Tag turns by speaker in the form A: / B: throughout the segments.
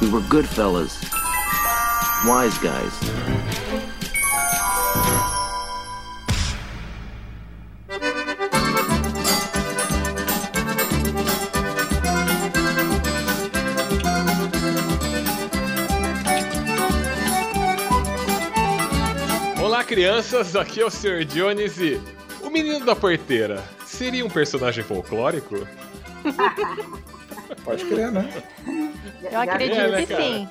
A: We were good fellas, wise guys.
B: Olá, crianças! Aqui é o Sr. Jones e o menino da porteira seria um personagem folclórico?
C: Pode crer, né?
D: Eu acredito
B: É, né,
D: que
B: cara?
D: sim.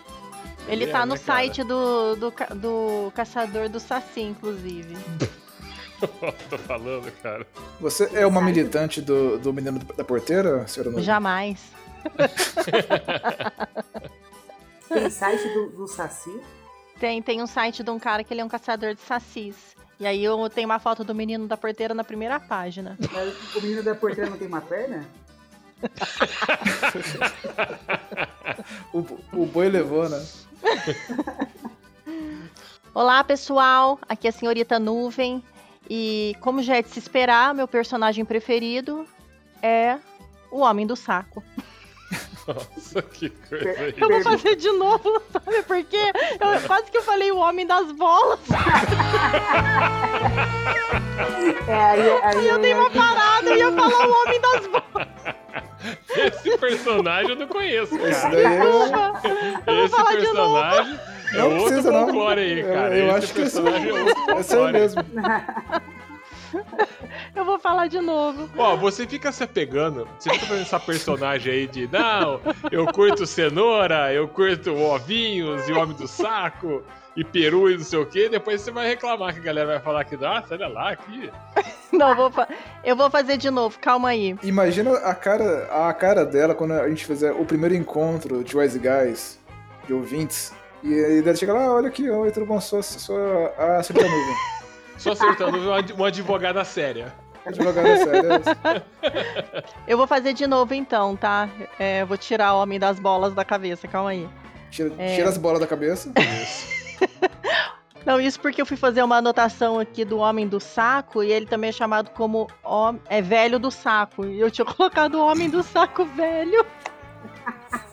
D: Ele
B: É,
D: tá no
B: né, cara?
D: site do, do, ca- do caçador do Saci, inclusive.
B: Tô falando, cara.
C: Você é uma militante do, do menino da porteira, senhora Nuvem?
D: Jamais.
E: Tem site do, do Saci?
D: Tem, tem um site de um cara que ele é um caçador de sacis. E aí eu tenho uma foto do menino da porteira na primeira página.
E: Mas O menino da porteira não tem uma perna?
C: O, o boi levou, né?
D: Olá, pessoal. Aqui é a senhorita Nuvem. E como já é de se esperar, meu personagem preferido é o Homem do Saco.
B: Nossa, que
C: É.
B: coisa
E: Per-
D: Eu vou
E: per-
D: fazer de novo, sabe? Porque eu quase que eu falei o Homem das Bolas.
E: É, aí, aí
D: Eu dei uma parada e ia falar o Homem das Bolas.
B: aí. Esse personagem eu não conheço,
C: Esse
B: cara.
C: daí é...
D: vou
B: Esse
D: falar de
B: personagem é
C: Não
B: outro
C: precisa, não.
B: folclore aí,
C: Eu-
B: cara.
C: eu
B: Esse
C: acho que esse-
B: personagem é outro
C: Esse é o
B: folclore.
C: mesmo.
D: Eu vou falar de novo.
B: Ó, você fica se apegando, você fica fazendo essa personagem aí de não, eu curto cenoura, eu curto ovinhos e homem do saco e peru e não sei o que, depois você vai reclamar que a galera vai falar que, nossa, olha lá, aqui.
D: Não, eu vou fa- eu vou fazer de novo, calma aí.
C: Imagina a cara, a cara dela quando a gente fizer o primeiro encontro de Wise Guys, de ouvintes, e aí dela chega lá, ah, olha aqui, oi, tudo bom, sou, sou a a senhora Nuvem.
B: Só acertando uma ad- uma advogada séria.
C: Advogada séria.
D: Eu vou fazer de novo então, tá? É, eu vou tirar o homem das bolas da cabeça, calma aí.
C: Tira,
D: É.
C: tira as bolas da cabeça.
D: Não, isso porque eu fui fazer uma anotação aqui do homem do saco e ele também é chamado como hom- é velho do saco. E eu tinha colocado o homem do saco velho.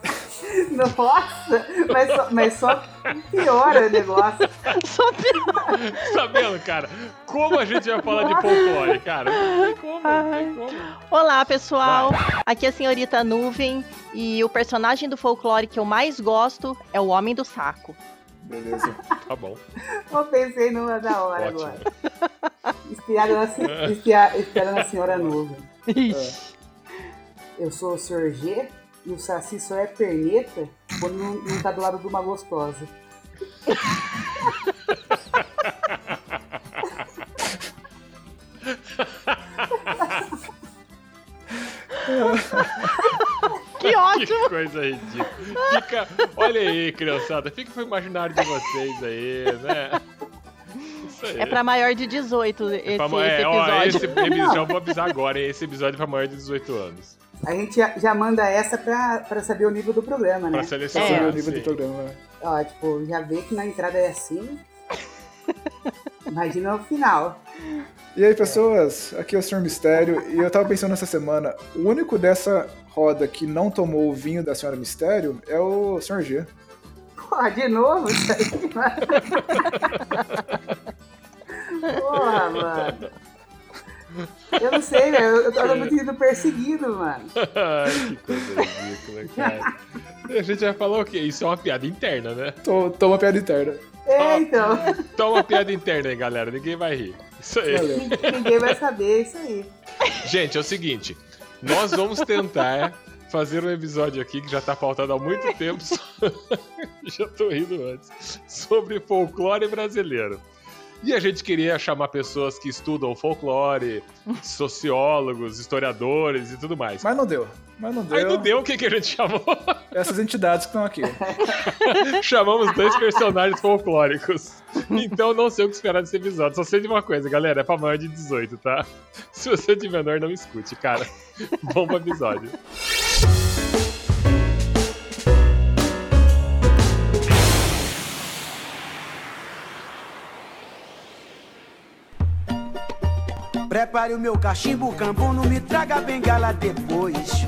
E: Nossa, mas só, mas só piora o negócio.
D: Só que-
B: Tá vendo, cara? Como a gente vai falar de folclore, cara? Não tem como, não tem como.
D: Olá, pessoal. Aqui é a senhorita Nuvem e o personagem do folclore que eu mais gosto é o homem do saco.
C: Beleza.
B: Tá bom.
E: Eu pensei numa da hora
B: Ótimo.
E: agora. Inspirado na, se- inspira- inspirado na senhora Nuvem.
D: Ixi.
E: Eu sou o Sr. G e o Saci só é perneta quando não, não tá do lado de uma gostosa.
D: Que ótimo!
B: Que coisa ridícula. Fica, olha aí, criançada, fica com o imaginário de vocês aí, né? Isso aí.
D: É pra maior de 18 esse,
B: Pra-
D: esse
B: é, ó, esse
D: episódio.
B: episódio, vou avisar agora, hein? esse episódio é pra maior de 18 anos.
E: A gente já, já manda essa pra, pra saber o nível do programa, né?
B: Pra selecionar.
C: Esse é o
B: sim.
C: nível do programa. né?
E: Ó, tipo, já vê que na entrada é assim. Imagina o final.
C: E aí, pessoas, aqui é o Sr. Mistério, e eu tava pensando essa semana, o único dessa roda que não tomou o vinho da Senhora Mistério é o Sr. G.
E: Porra, de novo isso aí, mano. Porra, mano. Eu não sei, velho. Eu tô eu tô me sentindo perseguido, mano.
B: Ai, que coisa ridícula, cara. A gente vai falar o quê? Isso é uma piada interna, né?
C: To- Toma a piada interna.
E: É, então.
B: Então é uma piada interna aí, galera. Ninguém vai rir. Isso aí.
C: Valeu.
E: Ningu- Ninguém vai saber é isso aí.
B: Gente, é o seguinte. Nós vamos tentar fazer um episódio aqui que já tá faltado há muito tempo. so- já tô rindo antes. Sobre folclore brasileiro. E a gente queria chamar pessoas que estudam folclore, sociólogos, historiadores e tudo mais.
C: Mas não deu. Mas não deu.
B: Aí não deu o que, que a gente chamou.
C: Essas entidades que estão aqui.
B: Chamamos dois personagens folclóricos. Então não sei o que esperar desse episódio. Só sei de uma coisa, galera. É pra maior de 18, tá? Se você é de menor, não escute, cara. Bom pro episódio.
F: Prepare o meu cachimbo campo, não me traga bengala depois.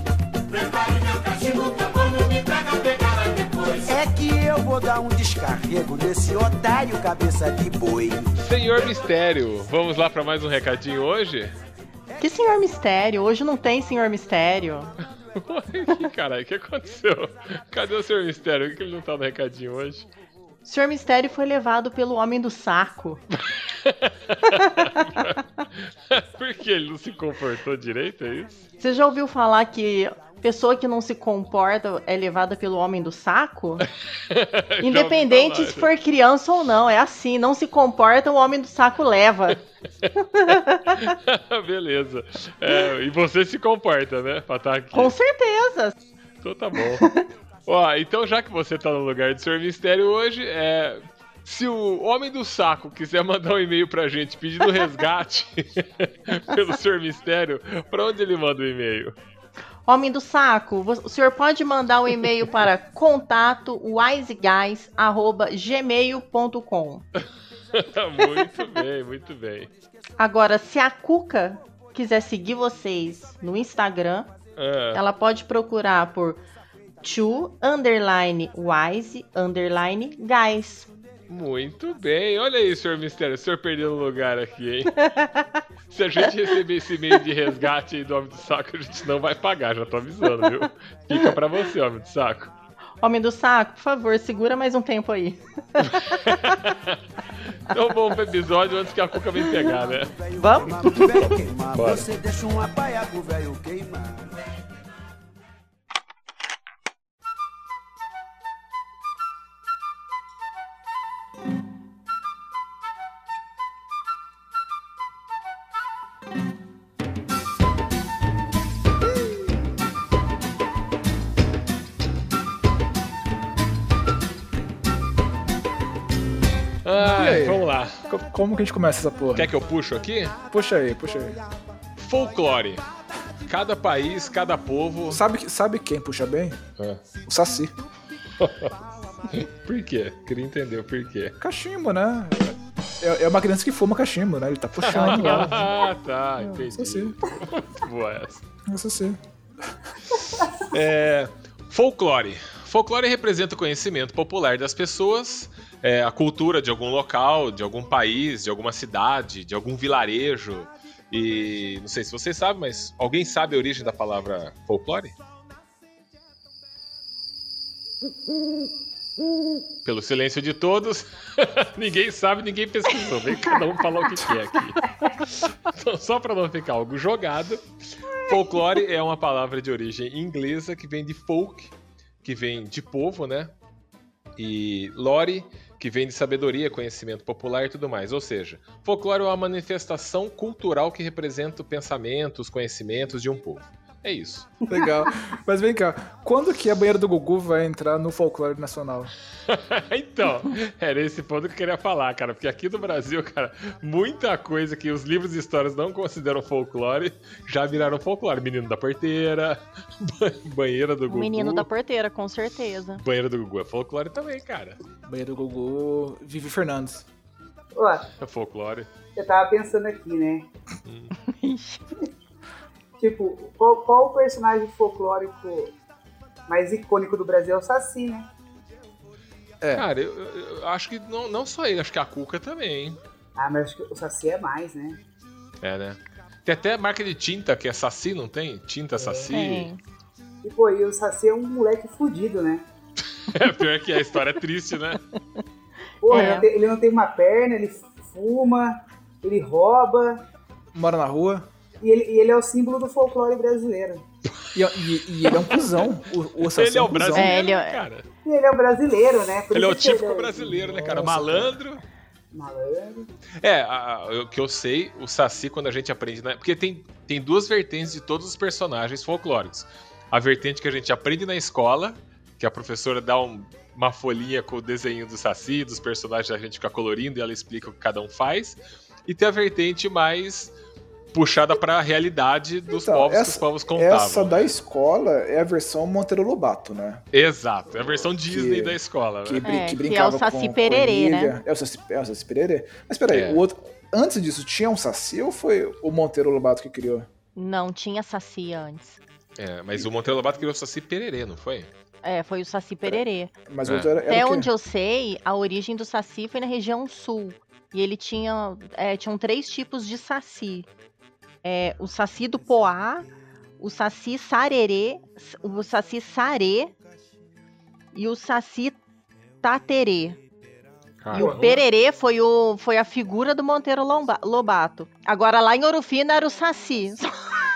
F: Prepare o meu cachimbo campo, não me traga bengala depois. É dar um descarrego nesse otário cabeça de boi.
B: Senhor Mistério, vamos lá pra mais um recadinho hoje?
D: Que senhor mistério? Hoje não tem senhor mistério.
B: Ih, Caralho, o que aconteceu? Cadê o Senhor Mistério? Por que ele não tá no recadinho hoje?
D: O senhor mistério foi levado pelo homem do saco.
B: Por que ele não se comportou direito, é isso?
D: Você já ouviu falar que pessoa que não se comporta é levada pelo homem do saco?
B: Então,
D: Independente se for criança ou não, é assim. Não se comporta, o homem do saco leva.
B: Beleza. É, e você se comporta, né? Pra estar aqui.
D: Com certeza.
B: Então tá bom. Ó, então já que você tá no lugar do Sr. Mistério hoje, é. Se o Homem do Saco quiser mandar um e-mail pra gente pedindo resgate pelo Sr. Mistério, pra onde ele manda o e-mail?
D: Homem do saco, vo- o senhor pode mandar um e-mail para contato wiseguys@gmail.com.
B: muito bem, muito bem.
D: Agora, se a Cuca quiser seguir vocês no Instagram,
B: Ah,
D: ela pode procurar por to underline wise underline guys.
B: muito bem. Olha aí, Sr. Mistério, o senhor perdeu um lugar aqui, hein? Se a gente receber esse e-mail de resgate aí do Homem do Saco, a gente não vai pagar, já tô avisando, viu? Fica pra você, Homem do Saco.
D: Homem do saco, por favor, segura mais um tempo aí.
B: Então vamos pro episódio antes que a Cuca me pegar, né?
D: Vamos?
B: Bora.
F: Você deixa um apaia pro velho queimar.
C: E
B: Ai,
C: aí?
B: vamos lá.
C: Co- Como que a gente começa essa porra?
B: Quer que é- eu puxo aqui?
C: Puxa aí, puxa aí.
B: Folclore. Cada país, cada povo.
C: Sabe, que- sabe quem puxa bem?
B: Ah.
C: O Saci.
B: Por quê? Queria entender o porquê.
C: Cachimbo, né? É, é uma criança que fuma cachimbo, né? Ele tá puxando lá.
B: Ah, tá, entendi.
C: Saci.
B: Muito boa essa.
C: É o Saci.
B: É, folclore. Folclore representa o conhecimento popular das pessoas, é, a cultura de algum local, de algum país, de alguma cidade, de algum vilarejo. E não sei se vocês sabem, mas alguém sabe a origem da palavra folclore? Pelo silêncio de todos, ninguém sabe, ninguém pesquisou. Vem cada um falar o que quer aqui. Então, só para não ficar algo jogado, Folclore é uma palavra de origem inglesa que vem de folk, que vem de povo, né? E lore, que vem de sabedoria, conhecimento popular e tudo mais. Ou seja, folclore é uma manifestação cultural que representa o pensamento, os conhecimentos de um povo. É isso.
C: Legal. Mas vem cá, quando que a banheira do Gugu vai entrar no folclore nacional?
B: então, era esse ponto que eu queria falar, cara. Porque aqui no Brasil, cara, muita coisa que os livros de histórias não consideram folclore já viraram folclore. Menino da porteira, banheira do
D: O
B: Gugu.
D: menino da porteira, com certeza.
B: Banheira do Gugu é folclore também, cara.
C: Banheira do Gugu, Vivi Fernandes.
E: Ó,
B: É folclore.
E: eu tava pensando aqui, né? Tipo, qual, qual o personagem folclórico mais icônico do Brasil é o Saci, né?
C: É.
B: Cara, eu, eu- eu acho que não, não só ele, acho que a Cuca também, hein?
E: Ah, mas acho que o Saci é mais, né?
B: É, né? Tem até marca de tinta que é Saci, não tem? Tinta Saci.
D: Tem.
E: E, pô, e o Saci é um moleque fudido, né?
B: É, pior que a história é triste, né?
E: Porra,
D: É.
E: ele, não tem, ele não tem uma perna, ele fuma, ele rouba,
C: Mora na rua.
E: e ele, e ele é o símbolo do folclore brasileiro.
C: E, e- e ele é um cuzão. O, o Saci
B: ele é
C: um
B: o
C: cuzão.
B: brasileiro,
D: É, ele é-
B: cara.
E: E ele é o brasileiro, né? Por
B: Ele é o
E: isso que
B: típico brasileiro, né, cara?
C: Nossa,
B: Malandro.
E: Malandro.
B: É, a- a- o que eu sei, o Saci, quando a gente aprende. Na... Porque tem, tem duas vertentes de todos os personagens folclóricos. A vertente que a gente aprende na escola, que a professora dá um- uma folhinha com o desenho do Saci, dos personagens, a gente fica colorindo e ela explica o que cada um faz. E tem a vertente mais puxada pra realidade dos
C: Então,
B: povos que
C: essa-
B: os povos contavam. né?
C: Essa da escola é a versão Monteiro Lobato, né?
B: Exato, é a versão Disney da escola.
C: Que,
B: Né?
C: brin-
D: É,
C: que
D: que
C: brincava
D: é o Saci
C: com- com
D: Pererê,
C: Emília. É o Saci, é o Saci Pererê? Mas peraí,
B: É.
C: o outro... Antes disso, tinha um Saci ou foi o Monteiro Lobato que criou?
D: Não tinha saci antes.
B: É, mas o Monteiro Lobato criou o Saci Pererê, não foi?
D: É, foi o Saci Pererê.
C: Mas
B: É.
C: o outro era, era
D: Até
C: o quê?
D: onde eu sei, a origem do Saci foi na região sul. E ele tinha. é, tinham três tipos de Saci. É, o Saci do Poá, o Saci Sarerê, o Saci Sarê e o Saci Taterê. E o
C: Ah,
B: Caramba.
D: Pererê foi, o, foi a figura do Monteiro Lomba- Lobato. Agora, lá em Orofina era o Saci.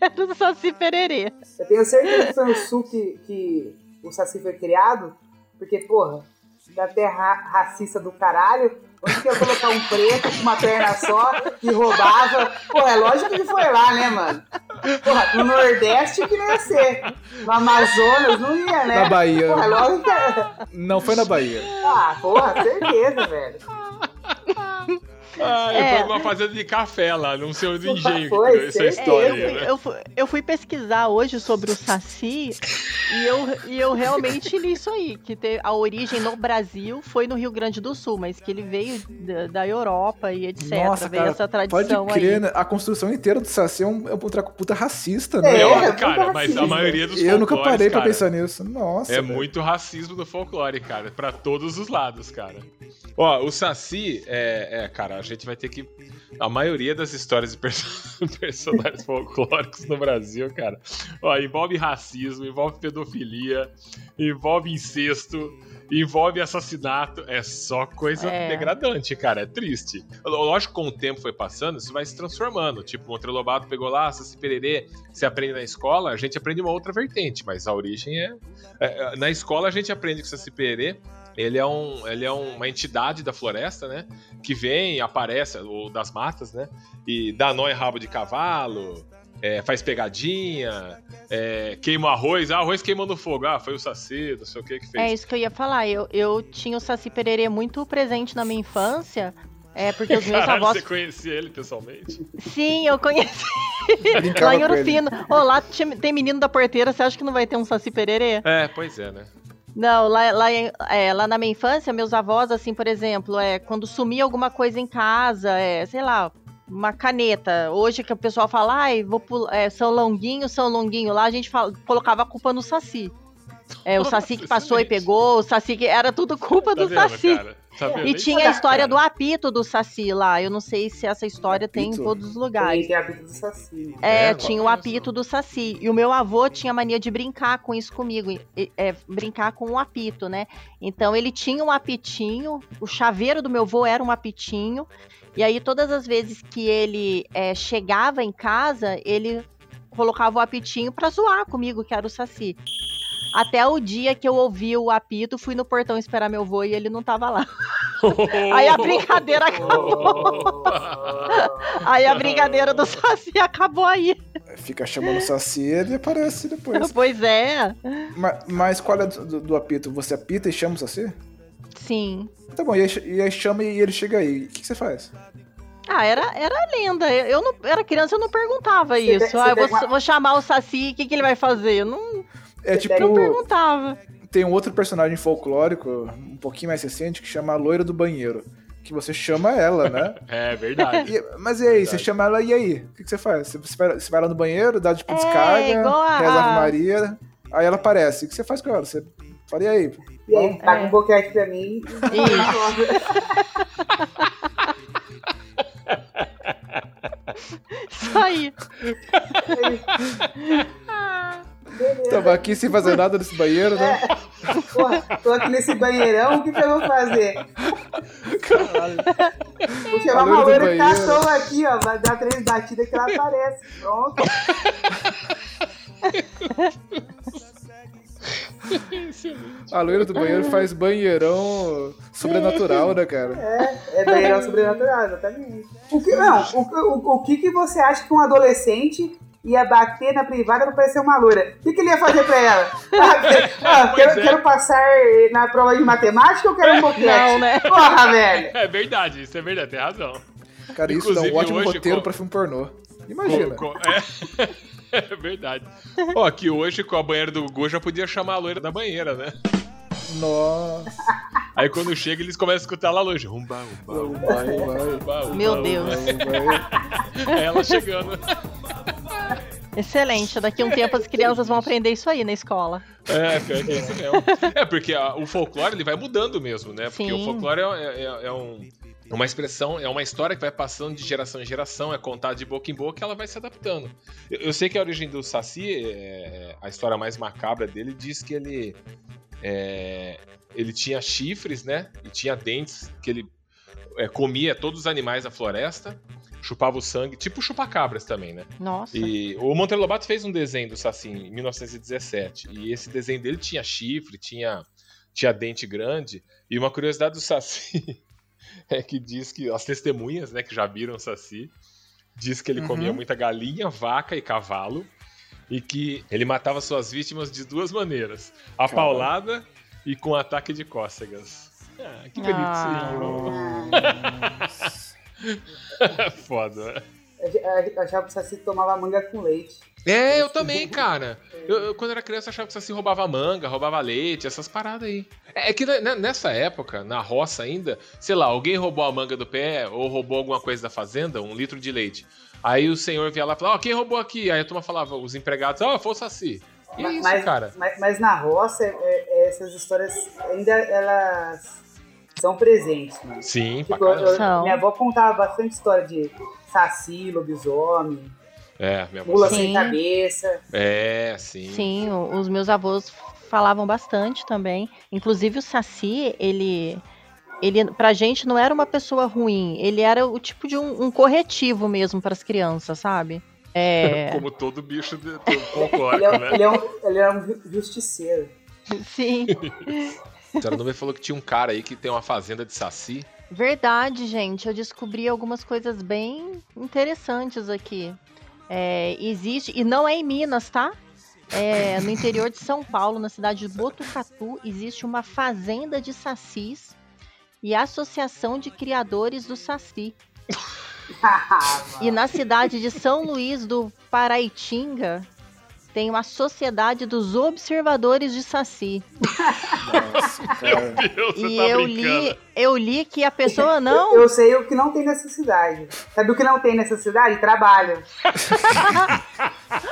D: era o Saci Pererê.
E: Eu tenho certeza que foi no sul que, que o Saci foi criado, porque, porra, da terra racista do caralho, onde que ia colocar um preto com uma perna só e roubava? Porra, é lógico que foi lá, né, mano? Porra, no Nordeste que não ia ser. No Amazonas não ia, né?
C: Na Bahia.
E: Porra, é lógico que era.
C: Não foi na Bahia.
E: Ah, porra, certeza, velho.
B: Ah,
D: É.
B: foi numa fazenda de café lá, não sei onde engenho que
E: Foi,
B: criou essa
E: sei.
D: É,
B: história.
D: eu,
B: né?
D: fui, eu, fui, eu fui pesquisar hoje sobre o Saci e eu, e eu realmente li isso aí, que te- a origem no Brasil foi no Rio Grande do Sul, mas que ele veio da, da Europa e etc.
C: Nossa,
D: veio
C: cara,
D: essa
C: Pode
D: tradição
C: crer,
D: aí.
C: né? a construção inteira do Saci é um, é um puta, puta racista,
E: É,
C: né?
B: Eu,
E: é
B: cara,
E: muito
B: mas a
E: racista.
B: maioria um dos
C: Eu nunca
B: folclores,
C: parei pra
B: cara,
C: pensar nisso. Nossa.
B: É
C: velho.
B: muito racismo no folclore, cara, pra todos os lados, cara. Ó, o Saci, é, é, cara, a gente vai ter que. A maioria das histórias de perso- personagens folclóricos no Brasil, cara, ó, envolve racismo, envolve pedofilia, envolve incesto, envolve assassinato. É só coisa
D: É.
B: degradante, cara. É triste. Ló- Lógico que com o tempo foi passando, isso vai se transformando. Tipo, Monteiro Lobato pegou lá, Saci Pererê, você aprende na escola, a gente aprende uma outra vertente, mas a origem é. é, é, na escola a gente aprende que o Saci Pererê. Ele é, um, ele é uma entidade da floresta, né? Que vem, aparece, ou das matas, né? E dá nó em rabo de cavalo, é, faz pegadinha, é, queima o arroz. Ah, arroz queimou no fogo. Ah, foi o Saci, não sei o que que fez.
D: É isso que eu ia falar. Eu, eu tinha o Saci Pererê muito presente na minha infância. É, porque os meus
B: Caralho,
D: avós.
B: você conhecia ele pessoalmente?
D: Sim, eu conheci
C: Brincava
D: lá em
C: com ele.
D: Orofino. Ô, lá tinha- tem menino da porteira, você acha que não vai ter um Saci Pererê?
B: É, pois é, né?
D: Não, lá, lá, em- é, lá na minha infância, meus avós, assim, por exemplo, é, quando sumia alguma coisa em casa, é, sei lá, uma caneta. Hoje que o pessoal fala, ai, vou pul- é, São Longuinho, São Longuinho. Lá a gente fala- colocava a culpa no Saci. É, o Saci que passou e
B: excelente.
D: pegou, o Saci que... Era tudo culpa
B: Tá
D: do
B: vendo,
D: Saci.
B: cara? Tá vendo?
D: E
B: Isso
D: tinha a
B: dá,
D: história
B: cara.
D: do apito do Saci lá. Eu não sei se essa história tem em
C: Apito?
D: todos os lugares.
E: Aí tem a vida do Saci, né?
D: É,
B: É,
D: tinha o
B: olha só.
D: apito do Saci. E o meu avô tinha mania de brincar com isso comigo. e- e- é, brincar com o apito, né? Então ele tinha um apitinho, o chaveiro do meu avô era um apitinho. E aí, todas as vezes que ele é, chegava em casa, ele colocava o apitinho pra zoar comigo, que era o Saci. Até o dia que eu ouvi o apito, fui no portão esperar meu avô e ele não tava lá. Aí a brincadeira, aí a brincadeira do Saci acabou aí.
C: Fica chamando Saci e ele aparece depois.
D: Pois é.
C: Ma- mas, qual é do, do- do apito? Você apita e chama o Saci?
D: Sim.
C: Tá bom, e aí, ch- e aí chama e ele chega aí. O que, que você faz?
D: Ah, era, era lenda. Eu eu não era criança, eu não perguntava
E: Você
D: isso.
E: pe- você
D: ah, eu vou,
E: pegou a-
D: vou chamar o Saci, o que, que ele vai fazer? Eu não,
C: É tipo.
E: pega
D: não perguntava.
C: Tem um outro personagem folclórico, um pouquinho mais recente, que chama a Loira do Banheiro. Que você chama ela, né?
B: É verdade.
C: E- mas e aí,
B: Verdade.
C: você chama ela e aí? O que, que você faz? Você, você vai, você vai lá no banheiro, dá tipo
D: É,
C: descarga,
D: igual a-
C: reza a Ave Maria, aí ela aparece. O que você faz com ela? Você fala, e aí?
E: E aí, paga
D: É.
E: um boquete pra mim.
D: Isso. Isso aí.
E: É
D: É.
E: Beleza.
C: Tava aqui sem fazer nada nesse banheiro, né?
E: Porra, tô aqui nesse banheirão, o que, que eu vou fazer? Vou chamar
C: Barulho
E: uma
C: do
E: loira que tá à
C: banheiro.
E: toa aqui, ó. Vai dar três batidas que ela aparece. Pronto.
C: A loira do banheiro faz banheirão sobrenatural, né, cara?
E: É, é banheirão sobrenatural, exatamente. O que, não, o, que- o- o que, que você acha que um adolescente ia bater na privada pra parecer uma loira? O que, que ele ia fazer pra ela? Ah, ah,
B: Pois
E: quero,
B: é.
E: quero passar na prova de matemática ou quero um boquete?
D: Não, né?
E: Porra, velho.
B: É verdade, isso é verdade, tem razão.
C: Cara, isso dá um
B: Inclusive,
C: ótimo
B: hoje,
C: roteiro
B: com-
C: pra filme pornô. Imagina.
B: Co- co- é... é verdade. Ó, que hoje com a banheira do Gugu já podia chamar a loira da banheira, né?
C: Nossa,
B: Aí quando chega, eles começam a escutar lá longe. Rumba, rumba, rumba,
C: vai, vai,
B: rumba, rumba,
D: Meu
B: rumba.
D: Deus.
C: vai.
B: É ela chegando.
D: Excelente. Daqui a um tempo as crianças vão aprender isso aí na escola.
B: É, pior que é isso mesmo. É, porque a- o folclore ele vai mudando mesmo, né? Porque o
D: Sim.
B: folclore é, é- é um- é uma expressão, é uma história que vai passando de geração em geração, é contada de boca em boca, ela vai se adaptando. Eu, eu sei que a origem do Saci, é- é- a história mais macabra dele, diz que ele. é, ele tinha chifres, né? E tinha dentes que ele é, comia todos os animais da floresta, chupava o sangue, tipo chupacabras também, né?
D: Nossa.
B: E o Monteiro Lobato fez um desenho do Saci em 1917. E esse desenho dele tinha chifre, tinha, tinha dente grande. E uma curiosidade do Saci é que diz que as testemunhas, né, que já viram o Saci, diz que ele
C: Uhum.
B: comia muita galinha, vaca e cavalo. E que ele matava suas vítimas de duas maneiras: a
C: Caramba.
B: paulada e com ataque de cócegas. Ah, que bonito
D: Ah.
B: isso aí. É Foda.
E: Eu achava que o Saci tomava manga com leite.
B: É, eu também, cara. Eu, eu, quando era criança, eu achava que Saci roubava manga, roubava leite, essas paradas aí. É é que ne- ne- nessa época, na roça ainda, sei lá, alguém roubou a manga do pé ou roubou alguma coisa da fazenda, um litro de leite. Aí o senhor vinha lá e falava, ó, quem roubou aqui? Aí a turma falava, os empregados, ó, foi o Saci. E é isso,
E: mas,
B: cara.
E: Mas, mas na roça, é- é- essas histórias ainda elas são presentes, mano.
B: Sim, pra
E: Tipo, eu-
B: caramba.
E: eu-
D: São.
E: minha avó contava bastante história de saci, lobisomem,
B: É, minha
E: mula
B: moça.
D: Sim.
E: sem cabeça.
B: É, sim.
D: Sim, o- os meus avós falavam bastante também. Inclusive o Saci, ele. Ele, pra gente, não era uma pessoa ruim. Ele era o tipo de um, um corretivo mesmo para as crianças, sabe? É.
B: Como todo bicho de,
E: Ele é,
B: folclórico,
E: um-
B: né?
E: ele, é um, ele é um ju- justiceiro.
D: Sim.
B: A senhora não me falou que tinha um cara aí que tem uma fazenda de Saci.
D: Verdade, gente. Eu descobri algumas coisas bem interessantes aqui. É, existe, e não é em Minas, tá? É, no interior de São Paulo, na cidade de Botucatu, existe uma fazenda de sacis e a Associação de Criadores do Saci.
E: Ah,
D: E na cidade de São Luís do Paraitinga, tem uma Sociedade dos Observadores de Saci.
C: Nossa, cara.
B: Meu Deus,
D: e eu li, eu li que a pessoa não
E: Eu sei o que não tem nessa cidade. Sabe o que não tem nessa cidade? Trabalho.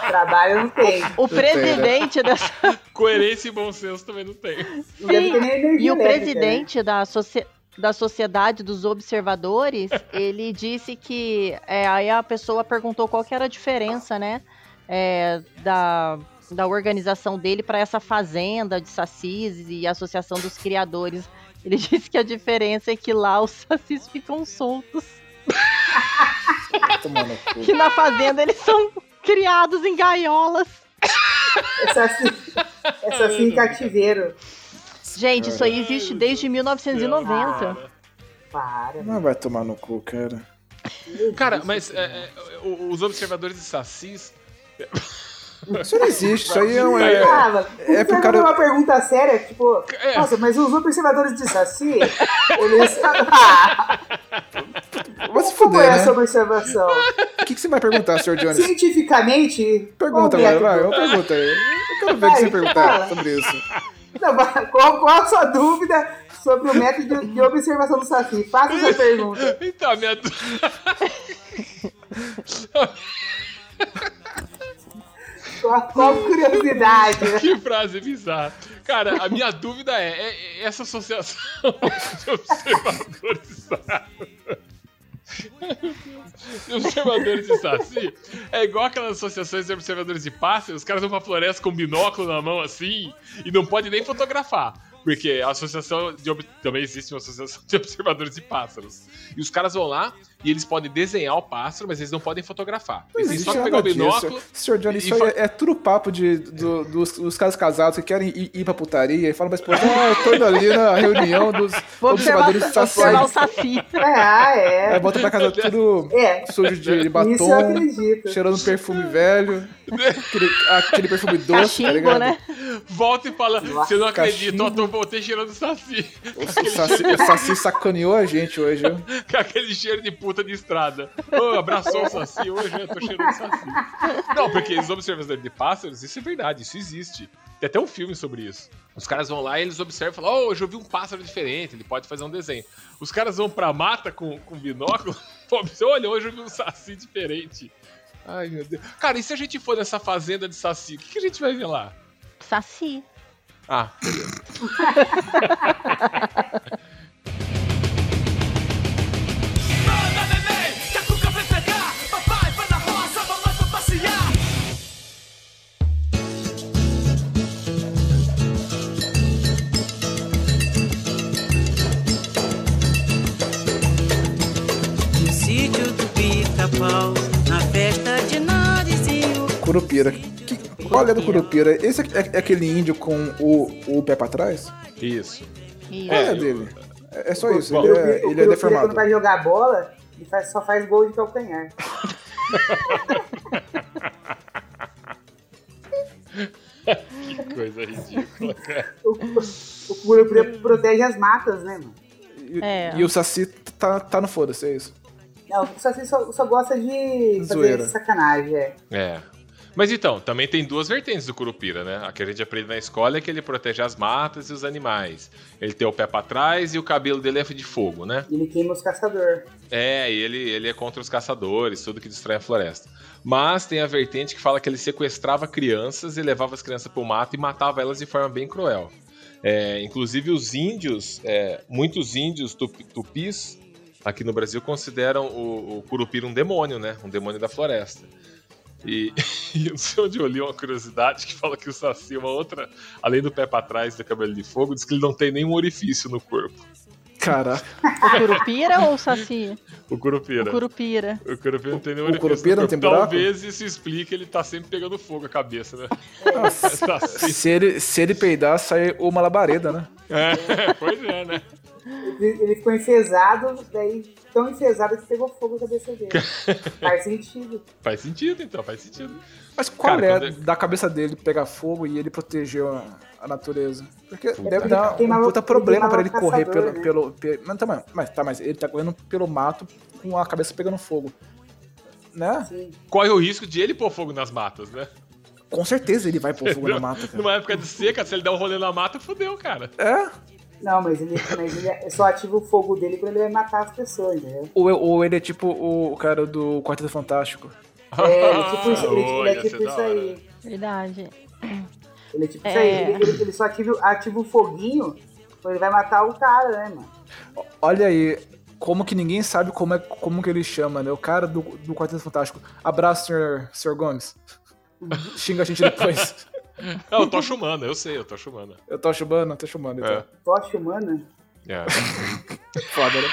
E: Trabalho não tem.
D: O presidente dessa.
B: Coerência e bom senso também não tem.
E: Não deve ter nem energia
C: é
D: E o
E: elétrica, né?
D: presidente da, socie- da Sociedade dos Observadores, ele disse que. é, aí a pessoa perguntou qual que era a diferença, né? é, da, da organização dele para essa fazenda de sacis e associação dos criadores. Ele disse que a diferença é que lá os sacis ficam soltos.
C: Tomar no cu.
D: Que na fazenda eles são criados em gaiolas.
E: É saci, é saci em cativeiro.
D: Gente, isso aí existe desde 1990.
E: Para.
C: Não vai tomar no cu, cara.
B: Cara, mas é, é, o- os observadores de sacis.
C: Isso não existe, isso aí é um. É,
E: Ah, mano,
C: é pro
E: você
C: cara-
E: fazer uma pergunta séria, tipo,
B: É.
E: nossa, mas os observadores de Saci, eles. Ah,
C: vai se
E: como é
C: fuder, né?
E: essa observação?
C: O que, que você vai perguntar, senhor Jones?
E: Cientificamente.
C: Pergunta
E: qual o
C: agora, vai,
E: método?
C: uma pergunta aí. Eu quero ver o que
E: Vai,
C: você perguntar
E: fala.
C: sobre isso.
E: Não, mas qual, qual a sua dúvida sobre o método de, de observação do Saci? Faça essa pergunta.
B: Então, a minha. du-
E: Qual, qual a curiosidade?
B: Que frase bizarra. Cara, a minha dúvida é, é- é essa associação de observadores de saci. De observadores de saci é igual aquelas associações de observadores de pássaros. Os caras vão pra floresta com um binóculo na mão assim e não podem nem fotografar. Porque a associação de. ob- Também existe uma associação de observadores de pássaros. E os caras vão lá e eles podem desenhar o pássaro, mas eles não podem fotografar.
C: Não
B: Eles têm
C: existe
B: só que pegar o
C: nada
B: binóculo.
C: disso. Senhor Jones,
B: e
C: isso aí
B: fa-
C: é, é tudo papo de, do- dos, dos caras casados que querem ir, ir pra putaria e falam pra esposa: Ah, eu tô indo ali na reunião dos
D: Vou observar,
C: observadores de saci.
D: observar o saci.
E: Ah,
C: Aí
E: é.
C: volta pra casa tudo
E: É,
C: sujo de, de
E: isso eu
C: batom, é,
E: acredito.
C: cheirando perfume velho, aquele, aquele perfume doce, tá
D: Cachimbo,
C: ligado?
D: né?
B: Volta e fala, você não acredita,
C: cachimbo.
B: ó, tô voltei cheirando saci.
C: O Saci, o Saci sacaneou a gente hoje, viu?
B: Com aquele cheiro de puta de estrada. Ô, abraçou o saci, hoje eu tô cheirando saci. Não, porque os observadores de pássaros, isso é verdade, isso existe. Tem até um filme sobre isso. Os caras vão lá e eles observam e falam, ó, hoje eu vi um pássaro diferente, ele pode fazer um desenho. Os caras vão pra mata com, com binóculo, observam, olha, hoje eu vi um saci diferente. Ai, meu Deus. Cara, e se a gente for nessa fazenda de Saci, o que, que a gente vai ver lá?
D: Saci.
B: Ah,
G: No sítio do pica-pau, na festa de narizinho.
C: Curupira. Que, qual é do Curupira? Esse é, é aquele índio com o, o pé pra trás?
B: isso.
D: Isso.
C: Qual é,
B: É, eu-
C: dele? É, é só
B: Bom,
C: isso,
B: bom.
C: ele
E: O
C: é,
E: Curupira,
C: ele é
E: Quando
C: deformado.
E: vai jogar bola, ele faz- só faz gol de calcanhar.
B: Que coisa ridícula, cara.
E: O, o Curupira protege as matas, né, mano?
C: E,
D: É.
C: e o Saci tá, tá no foda-se, é isso.
E: Não, o Saci só, só gosta de fazer
C: Zoeira.
E: sacanagem, é.
B: É. Mas então, também tem duas vertentes do curupira, né? A que a gente aprende na escola é que ele protege as matas e os animais. Ele tem o pé pra trás e o cabelo dele é de fogo, né?
E: Ele queima os caçadores.
B: É, e ele, ele é contra os caçadores, tudo que destrói a floresta. Mas tem a vertente que fala que ele sequestrava crianças e levava as crianças pro mato e matava elas de forma bem cruel. É, inclusive os índios, é, muitos índios tupi- tupis aqui no Brasil consideram o, o curupira um demônio, né? Um demônio da floresta. E, e eu não sei onde eu li uma curiosidade que fala que o Saci, é uma outra, além do pé pra trás e do cabelo de fogo, diz que ele não tem nenhum orifício no corpo.
C: Caraca,
D: O Curupira ou o Saci?
B: O curupira.
D: O Curupira.
B: O Curupira não tem nenhum
C: O
B: orifício
C: Curupira
B: no
C: não tem
B: corpo.
C: buraco?
B: Talvez isso explique ele tá sempre pegando fogo a cabeça, né?
C: Nossa.
B: Tá assim.
C: se ele, se ele peidar, sai o malabareda, né?
B: É, pois é, né?
E: Ele, ele ficou enfesado, daí tão enfesado que pegou fogo na cabeça dele. faz sentido.
B: Faz sentido, então, faz sentido.
C: Mas qual
B: Cara,
C: é
B: quando eu-
C: da cabeça dele pegar fogo e ele proteger a, a natureza? Porque deve
B: porque
C: dar
E: queimava-
C: um puta problema pra ele
E: queimava
C: correr
E: caçador,
C: pelo, pelo,
E: né?
C: pelo- Mas, tá, mas- mas tá, mas ele tá correndo pelo mato com a cabeça pegando fogo. Né?
E: Sim.
B: Corre o risco de ele pôr fogo nas matas, né?
C: Com certeza ele vai pôr fogo na
B: Entendeu?
C: mata, cara.
B: Numa época de seca, se ele der um rolê na mata, fudeu, cara.
C: É?
E: Não, mas ele, mas ele é, só ativa o fogo dele quando ele vai matar as pessoas, entendeu?
C: Ou, ou ele é tipo o cara do Quarteto Fantástico.
E: É, ele é tipo isso, ele,
B: Oh,
E: ele
B: ia
E: é tipo
B: ser da
E: isso
B: hora.
E: aí.
D: Verdade.
E: Ele é tipo isso
D: É.
E: aí. Ele, ele- ele só ativa, ativa o foguinho quando ele vai matar o cara, né, mano?
C: Olha aí, como que ninguém sabe como, é, como que ele chama, né? O cara do, do Quarteto Fantástico. Abraço, senhor, senhor Gomes. Xinga a gente depois.
B: Não, eu tô chumando, eu sei, eu tô chumando.
C: Eu tô chumando, tô chumando. Então.
B: É.
E: Tocha humana.
B: É.
C: Foda, né?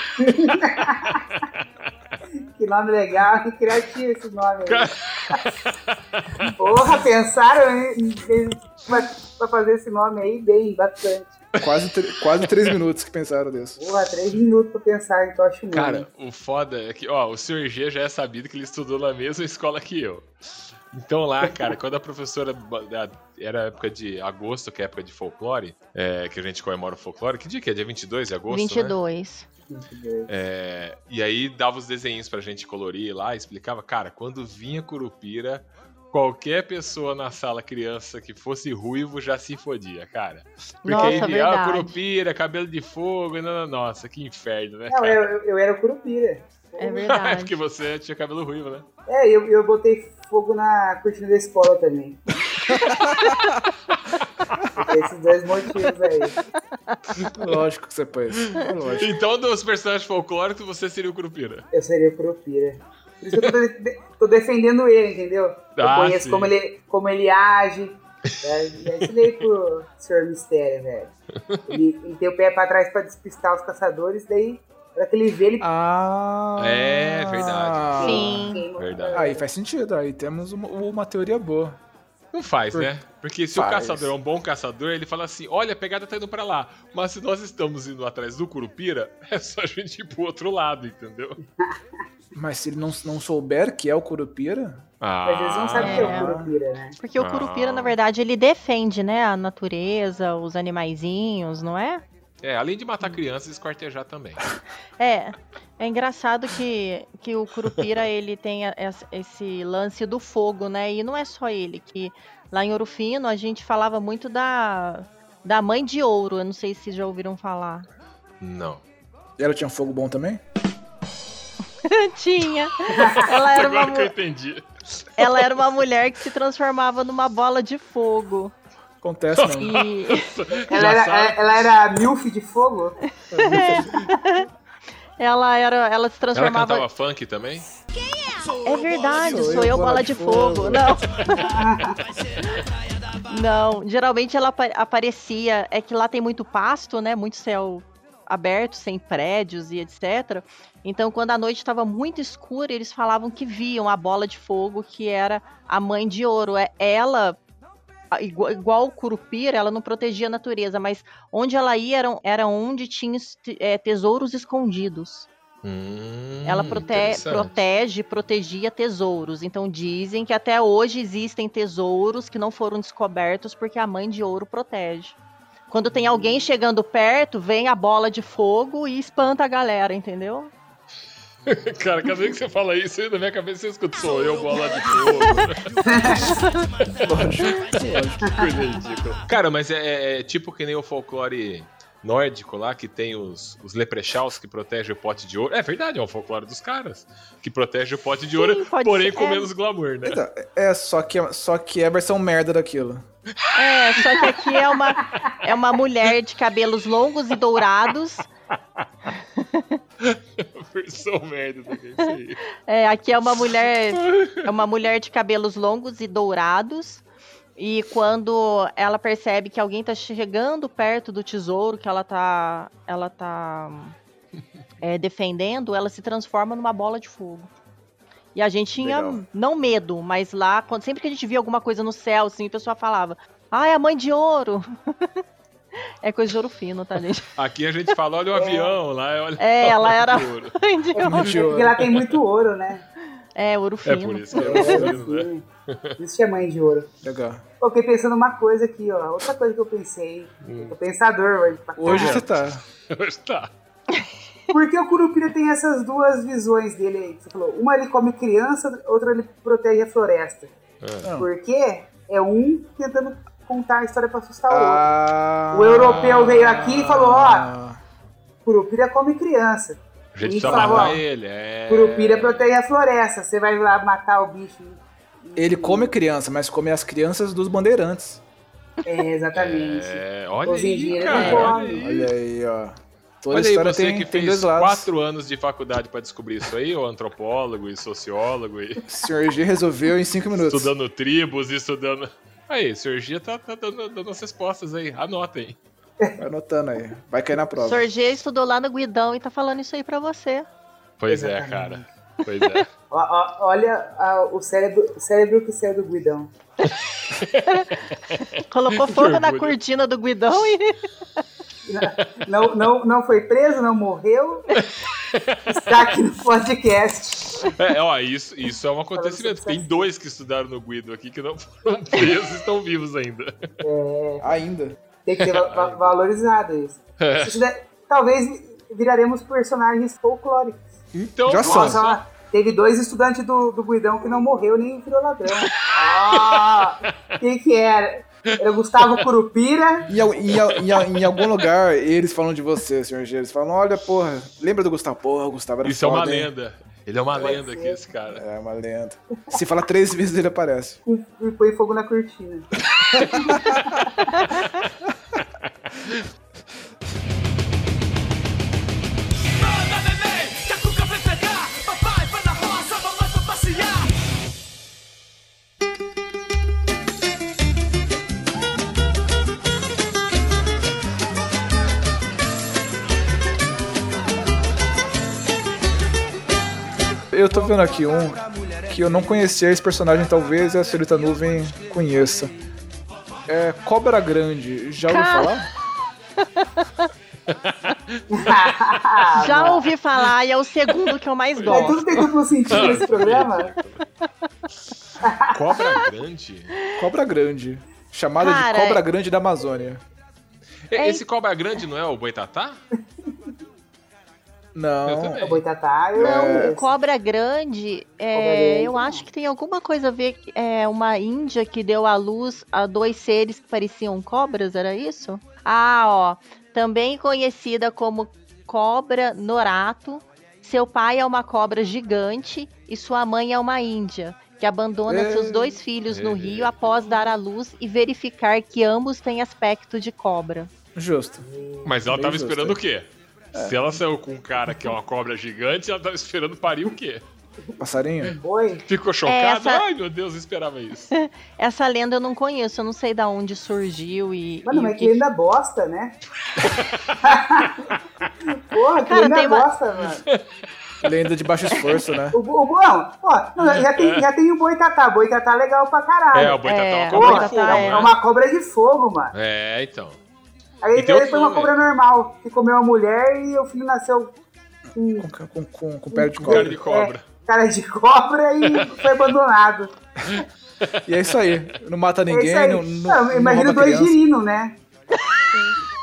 E: Que nome legal, que criativo esse nome. aí. Porra, pensaram em, em, em- pra, pra fazer esse nome aí bem, bastante.
C: Quase, tr- quase três minutos que pensaram nisso.
E: Porra, três minutos pra pensar em tocha humana.
B: Cara, o foda é que, ó, o Sr. G já é sabido que ele estudou na mesma escola que eu. Então lá, cara, quando a professora ba- da- era época de agosto, que é época de folclore, é, que a gente comemora o folclore, que dia que é? Dia 22 de agosto, né?
D: 22.
B: É, e aí dava os desenhos pra gente colorir lá, explicava, cara, quando vinha Curupira, qualquer pessoa na sala criança que fosse ruivo já se fodia, cara. Porque
D: Nossa,
B: aí vinha, ah,
D: verdade.
B: Curupira, cabelo de fogo, e não, não, nossa, que inferno, né?
E: Não,
B: cara?
E: eu, eu, eu era o Curupira.
D: É
B: É
D: verdade.
B: porque você tinha cabelo ruivo, né?
E: É, eu, eu botei fogo na cortina da escola também. Esses dois motivos aí.
C: Lógico que você fez. Lógico.
B: Então, dos personagens folclóricos, você seria o Curupira.
E: Eu seria o Curupira. Por isso que eu tô, de- tô defendendo ele, entendeu? Eu
B: Ah,
E: conheço
B: sim.
E: como ele, como ele age. né? é Já, já ensinei pro Sr. Mistério, velho. Ele, ele tem o pé pra trás pra despistar os caçadores, daí, na hora que ele vê, ele
C: Ah.
B: É, verdade.
D: Ah, Sim.
E: queima.
B: Verdade.
C: Aí faz sentido, aí temos uma, uma teoria boa.
B: Não faz,
C: Por-
B: né? Porque se o
C: Faz.
B: caçador é um bom caçador, ele fala assim: olha, a pegada tá indo pra lá. Mas se nós estamos indo atrás do Curupira, é só a gente ir pro outro lado, entendeu?
C: Mas se ele não, não souber que é o Curupira,
B: Ah,
E: Mas eles não sabem que é
D: Ah.
E: o Curupira, né?
D: Porque o Curupira,
B: Ah.
D: na verdade, ele defende, né? A natureza, os animaizinhos, não é?
B: É, além de matar crianças, esquartejar também.
D: É, é engraçado que, que o Curupira ele tem a- essa- esse lance do fogo, né? E não é só ele, que lá em Orofino a gente falava muito da, da mãe de ouro, eu não sei se já ouviram falar.
B: Não.
C: ela tinha fogo bom também?
D: Tinha! Ela era uma,
B: Agora que eu
D: mu-
B: entendi.
D: Ela era uma mulher que se transformava numa bola de fogo.
C: Acontece, né? mano.
D: E
E: Ela era,
B: sabe.
E: ela era milf de fogo?
D: ela era. Ela se
B: Ela
D: transformava.
B: cantava funk também?
D: É verdade, sou eu bola de fogo. Não. Não, geralmente ela apa- aparecia. É que lá tem muito pasto, né? Muito céu aberto, sem prédios e etc. Então, quando a noite estava muito escura, eles falavam que viam a bola de fogo, que era a mãe de ouro. É ela. a- Igual, igual o Curupira, ela não protegia a natureza, mas onde ela ia era, era onde tinha es- eh, tesouros escondidos.
B: Hum,
D: Ela prote-
B: interessante.
D: protege, protegia tesouros. Então dizem que até hoje existem tesouros que não foram descobertos porque a mãe de ouro protege. Quando
B: Hum.
D: tem alguém chegando perto, vem a bola de fogo e espanta a galera, entendeu?
B: Cara, cada vez que você fala isso, aí na minha cabeça você escuta, sou eu, bola de fogo. Coisa ridícula. Cara, mas é, é tipo que nem o folclore nórdico lá, que tem os, os leprechaus que protegem o pote de ouro. É verdade, é o folclore dos caras, que protege o pote de ouro,
D: pode
B: porém
D: ser,
B: com
D: é.
B: menos glamour, né?
C: Então, é, só que, só que é a versão merda daquilo.
D: É, só que aqui é uma, é uma mulher de cabelos longos e dourados.
B: Versão merda né, também, isso aí.
D: É, aqui é uma mulher, é uma mulher de cabelos longos e dourados. E quando ela percebe que alguém tá chegando perto do tesouro que ela tá, ela tá é, defendendo, ela se transforma numa bola de fogo. E a gente tinha
A: Legal.
D: não medo, mas lá, quando- sempre que a gente via alguma coisa no céu, assim, a pessoa falava: "Ah, é a mãe de ouro". é coisa de ouro fino, tá, gente?
B: Aqui a gente fala, olha o avião lá, olha
D: É,
B: o
D: ela
B: pote
D: era-
B: de ouro.
D: Mãe de ouro.
C: Muito
E: Porque
C: ouro.
E: lá tem muito ouro, né?
D: É, ouro
B: É
D: fino.
B: por isso que é
E: Ouro,
B: o né?
E: sim. Por Isso que é mãe de ouro.
C: Legal.
E: Pô, Fiquei pensando uma coisa aqui, ó. Outra coisa que eu pensei.
B: Hum.
E: Tô pensador hoje. pra
C: Hoje
E: caralho.
C: você tá.
B: Hoje tá.
E: Por que o Curupira tem essas duas visões dele aí? que Você falou, uma ele come criança, outra ele protege a floresta.
C: Ah.
E: Porque é um tentando contar a história pra assustar o
C: Ah,
E: O europeu veio aqui e falou, ó. outro. Curupira come criança.
B: A gente
E: Isso,
B: precisa
E: tá bom.
B: matar ele, é...
E: Curupira protege a floresta. Você vai lá matar o bicho.
C: Ele come criança, mas come as crianças dos bandeirantes.
E: É, exatamente.
B: É, olha
E: Os
B: aí,
E: engenheiros
B: cara,
E: não
B: olha
E: podem.
B: aí.
C: Olha aí, ó. Toda
B: Olha aí,
C: história
B: você
C: tem,
B: que
C: tem
B: fez
C: dois lados.
B: quatro anos de faculdade pra descobrir isso aí, ou antropólogo e sociólogo, e
C: O senhor G resolveu em cinco minutos.
B: estudando tribos e estudando. Aí, cirurgia tá, tá dando, dando as respostas aí, anotem.
C: Vai anotando aí. Vai cair na prova.
D: Sorgê estudou lá no Guidão e tá falando isso aí pra você.
B: Pois é, cara. Pois é.
E: Ó, ó, olha a- o cérebro, o cérebro que saiu do Guidão.
D: Colocou fogo na
B: orgulho.
D: cortina do Guidão e.
E: Não, não, não foi preso, não morreu. Está aqui no podcast.
B: É, ó, isso, isso é um acontecimento. Tem dois que estudaram no Guido aqui que não foram presos e estão vivos ainda.
C: Ainda.
E: Tem que ser va- va- valorizado isso.
D: É.
E: Se tiver- talvez viraremos personagens folclóricos.
B: Então,
C: Já são.
E: Nossa, ó, teve dois estudantes do, do Guidão que não morreu nem virou ladrão. Ah, quem que era? Era o Gustavo Curupira.
C: E, al- e al- e al- em algum lugar eles falam de você, senhor G. Eles falam, olha, porra, lembra do Gustavo? Porra, o Gustavo era
B: isso é uma
C: foda, hein?
B: lenda. Ele é uma lenda aqui, esse cara.
C: É uma lenda. Se fala três vezes, ele aparece.
E: E, e põe fogo na cortina.
C: Eu tô vendo aqui um que eu não conhecia esse personagem, talvez a senhorita Nuvem conheça. É Cobra Grande. Já ouviu
D: Cara.
C: falar?
D: Já ouvi falar e é o segundo que eu mais
E: É
D: gosto.
E: tudo tem duplo sentido nesse programa.
B: Cobra grande?
C: Cobra Grande. Chamada
D: Cara,
C: de Cobra
D: é-
C: Grande da Amazônia.
B: E- Esse cobra grande não é o Boitatá? Eu
C: Não.
B: também.
E: É o Boitatá. eu
D: Não,
E: conheço.
D: o Cobra Grande, é,
E: É. Cobra Grande.
D: eu acho que tem alguma coisa a ver. que É uma índia que deu à luz a dois seres que pareciam cobras, era isso? Ah, ó. Também conhecida como Cobra Norato. Seu pai é uma cobra gigante e sua mãe é uma índia. que abandona
C: É.
D: seus dois filhos no
B: É.
D: rio após dar à luz e verificar que ambos têm aspecto de cobra.
C: Justo.
B: Mas ela
C: Bem
B: tava
C: justo,
B: esperando
C: é.
B: o quê? Se ela saiu com um cara que é uma cobra gigante, ela tava esperando parir o quê?
C: Passarinho?
E: Oi?
B: Ficou chocada?
D: essa-
B: Ai, meu Deus, eu esperava isso.
D: Essa lenda eu não conheço, eu não sei da onde surgiu e.
E: Mano,
D: e-
E: mas que
D: e-
E: ainda bosta, né? Porra, que
D: Cara,
E: ainda
D: tem uma-
E: bosta, mano.
C: Lenda de baixo esforço, né?
E: O, bo- o Boão, ó, não, já, tem, já tem o Boitatá. Boitatá é legal pra
B: É, o
E: caralho.
B: boitatá é
D: É,
B: uma
D: o
B: cobra de
D: boitatá
B: fogo,
D: é-
E: É
B: né?
E: uma cobra de fogo, mano.
B: É, então.
E: Aí
B: E tem o
E: ele foi uma
B: filme.
E: cobra normal, que comeu uma mulher e o filho nasceu com
C: Com, com, com, com pele de
B: Cara de
C: cobra.
B: cobra.
E: cara de cobra e foi abandonado.
C: E é isso aí. Não mata
E: É
C: ninguém,
E: isso aí.
C: não,
E: Não,
C: não, não
E: imagina
C: rouba
E: dois
C: criança.
E: girinos, né?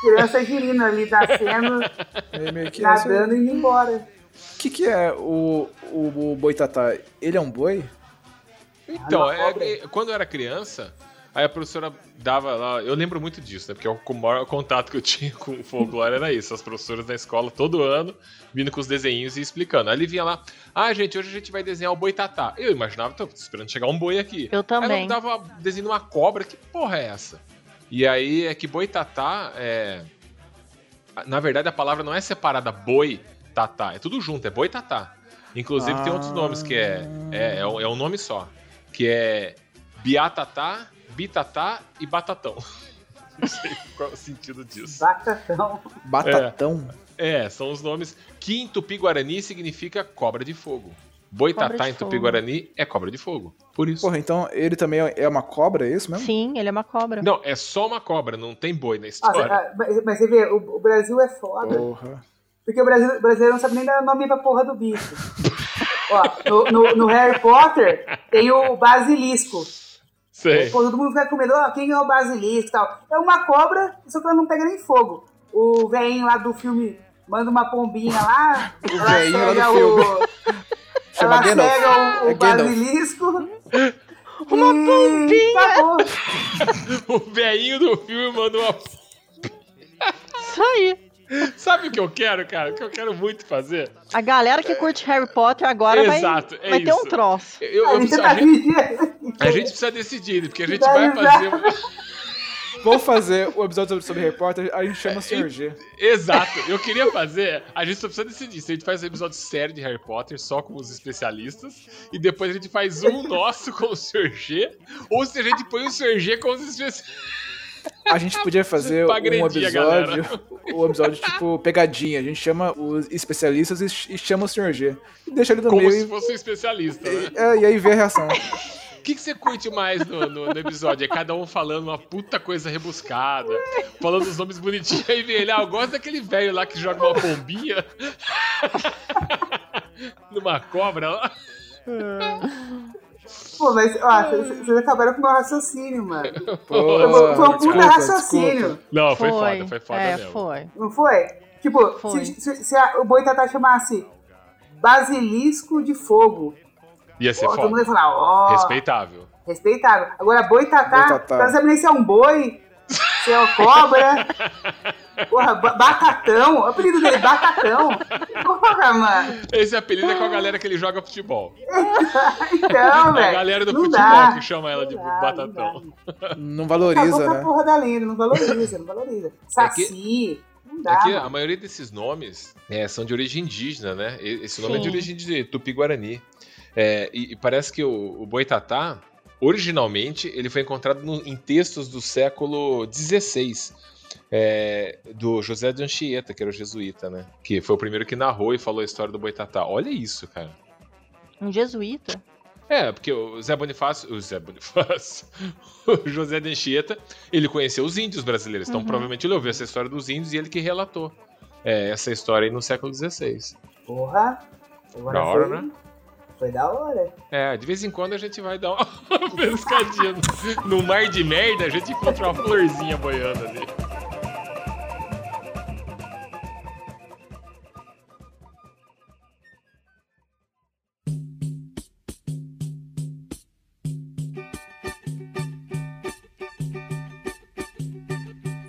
E: Criança girino ali nascendo,
C: É meio que é isso aí.
E: nadando e indo embora.
C: O que, que é o, o, o boitatá? Ele é um boi?
B: Então,
E: uma
B: é-
E: cobra.
B: é- quando eu era criança, aí a professora dava lá. Eu lembro muito disso, né? Porque o o maior contato que eu tinha com o folclore era isso. As professoras na escola, todo ano, vindo com os desenhinhos e explicando. Aí ele vinha lá, ah, gente, hoje a gente vai desenhar o boitatá. Eu imaginava, tô esperando chegar um boi aqui.
D: Eu
B: Aí ela
D: também.
B: tava desenhando uma cobra, que porra é essa? E aí é que boitatá é. Na verdade, a palavra não é separada boi tatá, é tudo junto, é boi tatá. Inclusive tem outros
C: Ah.
B: nomes que é é, é um, é um nome só, que é biatatá, bitatá e batatão. Não sei qual é o sentido disso.
E: Batatão.
C: Batatão?
B: É, são os nomes que em tupi-guarani significa cobra de fogo. Boitatá
D: Cobra de
B: em
D: fogo.
B: tupi-guarani é cobra de fogo. Por isso.
C: Porra, então ele também é uma cobra, é isso mesmo?
D: Sim, ele é uma cobra.
B: Não, é só uma cobra, não tem boi na
E: Nossa,
B: história.
D: é.
E: ah, mas, mas você vê, o, o Brasil é foda.
C: Porra.
E: Porque o Brasil- o brasileiro não sabe nem dar nome pra porra do bicho. Ó, no, no- no Harry Potter tem o basilisco.
B: Sei.
E: Pô, todo mundo fica com medo, ó, quem é o basilisco e tal. É uma cobra, só que ela não pega nem fogo. O velhinho lá do filme manda uma pombinha lá, ela
C: velhinho lá do
E: cega
C: filme.
E: o.
C: Chama
E: ela
C: Gandalf.
E: cega o, o
C: É Gandalf.
E: basilisco. Uma
B: Hum.
E: pombinha! Acabou.
B: O velhinho do filme mandou uma.
D: Isso aí.
B: Sabe o que eu quero, cara? O que eu quero muito fazer?
D: A galera que curte Harry Potter agora vai,
B: É. Exato, é
D: vai ter um
B: isso.
D: troço.
B: Eu- eu-
E: A
B: eu
E: gente
B: preciso-
E: tá
B: a, gente,
E: aqui.
B: a gente precisa decidir, porque a gente
E: Dá
B: vai
E: risada.
B: fazer. um-
C: Vamos fazer o episódio sobre, sobre Harry Potter, a gente chama o Sr. G.
B: Exato, eu queria fazer. A gente só precisa decidir se a gente faz um episódio sério de Harry Potter só com os especialistas e depois a gente faz um nosso com o Sr. G ou se a gente põe o Sr. G com os especialistas.
C: A gente podia fazer
B: Pra
C: um
B: agredir a
C: episódio, um episódio tipo pegadinha. A gente chama os especialistas e, e chama o Sr. G. E deixa ele no
B: Como se
C: meio
B: fosse um especialista, né?
C: e, é, e aí vê a reação.
B: O que, que você curte mais no, no- no episódio? É cada um falando uma puta coisa rebuscada, falando os nomes bonitinhos aí vem ele. Ah, eu gosto daquele velho lá que joga uma bombinha numa cobra lá.
E: Pô, mas, ó, c- c- vocês acabaram com o meu raciocínio, mano.
C: Pô,
E: Foi um puta
C: Ah, desculpa,
E: raciocínio.
B: Não, foi, foda, foi foda
D: é,
B: mesmo.
D: foi.
E: Não foi? Tipo,
D: Foi.
E: se, se- se a- o Boitatá chamasse Basilisco de Fogo,
B: Ia ser
E: pô, todo mundo
B: foda.
E: ia falar, ó,
B: Respeitável.
E: respeitável. Agora, Boitatá,
C: Boitatá.
E: pra não saber nem se é um boi, se é uma cobra, porra, ba- Batatão, o apelido dele é Batatão. Porra, mano.
B: Esse apelido é com a galera que ele joga futebol. É
E: Então, velho.
B: a galera do
E: não
B: futebol
E: dá.
B: que chama ela de
E: Não dá,
B: tipo, batatão.
E: não dá.
C: desculpa. Não
E: Acabou
C: valoriza,
E: com a
C: né?
E: porra da lenda, não valoriza, não valoriza. Saci, não dá.
B: É que a
E: mano.
B: maioria desses nomes é, são de origem indígena, né? E- Esse nome é de
D: Sim.
B: origem de Tupi-Guarani. É, e, e parece que o, o Boitatá, originalmente, ele foi encontrado no- em textos do século XVI, é, do José de Anchieta, que era o jesuíta, né? Que foi o primeiro que narrou e falou a história do Boitatá. Olha isso, cara.
D: Um jesuíta.
B: É, porque o Zé Bonifácio, o Zé Bonifácio, o José de Anchieta, ele conheceu os índios brasileiros, então
D: Uhum.
B: provavelmente ele ouviu essa história dos índios e ele que relatou é, essa história aí no século XVI.
E: Porra. Agora
B: Da hora,
E: foi-
B: né?
E: Foi da hora.
B: É, de vez em quando a gente vai dar uma pescadinha no- no mar de merda, a gente encontra uma florzinha boiando ali.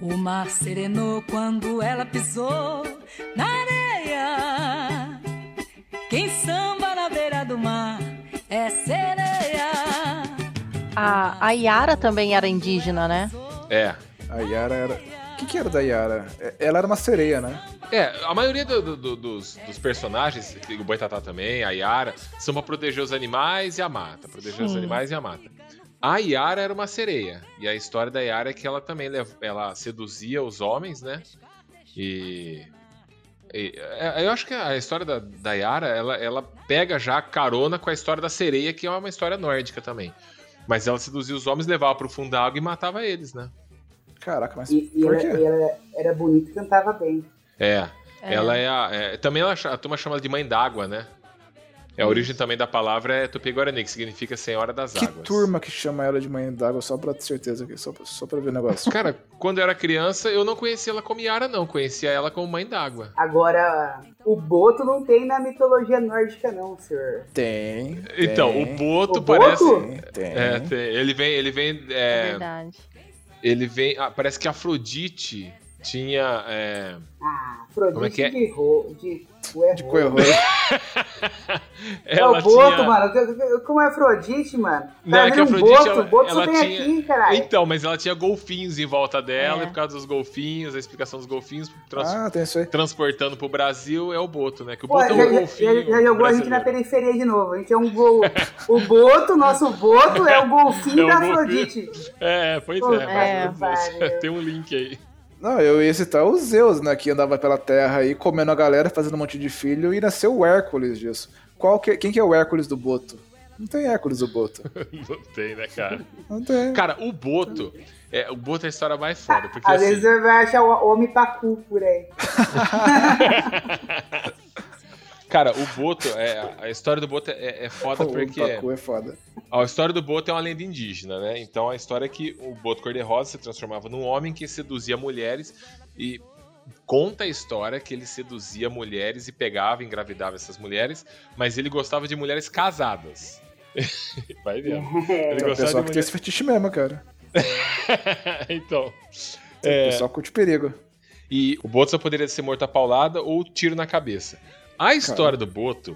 G: O mar serenou quando ela pisou na areia. Quem samba na beira do mar é sereia.
D: A, a Yara também era indígena, né?
B: É.
C: A Yara era. O que, que era da Yara? É, Ela era uma sereia, né?
B: É, a maioria do- do- do- dos, dos personagens, o Boitatá também, a Yara, são pra proteger os animais e a mata. Proteger os
D: Sim.
B: animais e a mata. A Yara era uma sereia. E a história da Yara é que ela também lev- ela seduzia os homens, né? E. e- é, eu acho que a história da, da Yara, ela, ela pega já carona com a história da sereia, que é uma história nórdica também. Mas ela seduzia os homens, levava pro fundo da água e matava eles, né?
C: Caraca, mas
E: E, e
C: por
E: ela,
C: quê?
E: e ela era bonita e cantava bem.
B: É. Ela é a. é, também ela, cha- a turma chama ela de mãe d'água, né? É, a origem também da palavra é Tupi-Guarani, que significa Senhora das
E: é-
C: Que
B: Águas.
C: turma que chama ela de manhã d'água, só pra ter certeza aqui, só, pra- só pra ver o negócio.
B: Cara, quando eu era criança, eu não conhecia ela como Yara, não. Conhecia ela como mãe d'água.
E: Agora, o Boto não tem na mitologia nórdica, não, senhor.
C: Tem.
B: Então, o
C: tem,
B: Boto
E: O Boto?
B: parece.
C: Tem, tem.
B: É, tem- ele vem. Ele vem.
D: É
B: é,
D: verdade.
B: ele vem. ah, parece que Afrodite tinha. é,
E: Ah,
B: Como é que
E: Afrodite
B: é?
E: de ro... de Cuerro.
C: De coerro.
E: É
B: ela
E: o Boto,
B: tinha-
E: mano. Eu- eu- eu- Como é Afrodite, mano?
B: Não,
E: Tá
B: é que
E: vendo um
B: Afrodite,
E: Boto?
B: ela-
E: o Boto só
B: ela
E: tem
B: tinha-
E: aqui, caralho.
B: Então, mas ela tinha golfinhos em volta dela,
D: É.
B: e por causa dos golfinhos, a explicação dos golfinhos um trans-
C: Ah, tem isso aí.
B: transportando pro Brasil é o Boto, né? Que o
E: Pô,
B: Boto é
E: já,
B: um
E: já-
B: golfinho.
E: já- já jogou a gente na
B: brasileiro.
E: periferia de novo. A gente é um gol. o Boto, nosso Boto, é o golfinho
B: É o
E: da
B: golfinho.
E: Afrodite.
B: É, pois
E: Pô,
B: é. mas
D: é,
B: meu Deus,
E: valeu.
B: Tem um link aí.
C: Não, eu ia citar o Zeus, né? Que andava pela terra aí, comendo a galera, fazendo um monte de filho, e nasceu o Hércules disso. Qual que, quem que é o Hércules do Boto? Não tem Hércules do Boto.
B: Não tem, né, cara?
C: Não tem.
B: Cara, o Boto. É, o Boto é a história mais foda, porque
E: Às
B: assim.
E: vezes você vai achar o homem pacu por aí.
B: Cara, o Boto. É, a história do Boto é, é foda
C: Pô,
B: porque.
C: O Pacu é foda.
B: A história do Boto é uma lenda indígena, né? Então a história é que o Boto Cor-de-Rosa se transformava num homem que seduzia mulheres e conta a história que ele seduzia mulheres e pegava, engravidava essas mulheres, mas ele gostava de mulheres casadas. Vai vendo. Ele
C: Tem o
B: gostava
C: pessoal que
B: de
C: tem
B: mulheres.
C: esse fetiche mesmo, cara.
B: então.
C: O pessoal curte perigo.
B: E o Boto só poderia ser morto a paulada ou tiro na cabeça. A história do Boto,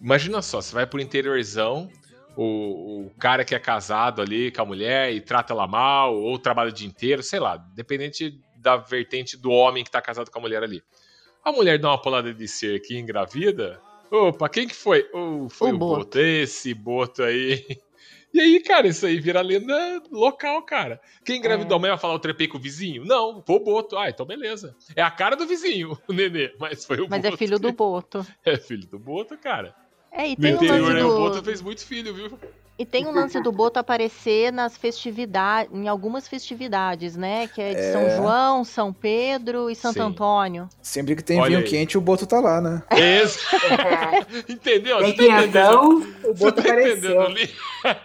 B: imagina só, você vai pro interiorzão, o, o cara que é casado ali com a mulher e trata ela mal, ou trabalha o dia inteiro, sei lá, dependente da vertente do homem que tá casado com a mulher ali. A mulher dá uma paulada de ser aqui engravida. Opa, quem que foi? Oh, foi
D: O
B: o,
D: Boto.
B: Boto, esse Boto aí. E aí, cara, isso aí vira lenda local, cara. Quem
D: É.
B: engravidou a mãe vai falar, eu trepei com o vizinho? Não, foi o Boto. Ah, então beleza. É a cara do vizinho, o nenê. Mas foi o
D: Mas
B: Boto.
D: é filho do Boto.
B: É filho do Boto, cara.
D: É, e
B: No
D: tem o
B: interior,
D: lance
B: né, o Boto
D: do.
B: fez muito filho, viu?
D: E tem o lance do Boto aparecer nas festividades, em algumas festividades, né? Que é de São João, São Pedro e Santo
B: Sim.
D: Antônio.
C: Sempre que tem
B: Olha
C: vinho
B: aí.
C: quente, o Boto tá lá, né?
B: Esse... Entendeu?
E: Tem
B: Você tá entendendo?
E: quinhentão, o
B: Você
E: Boto
B: tá entendendo
E: apareceu.
B: ali?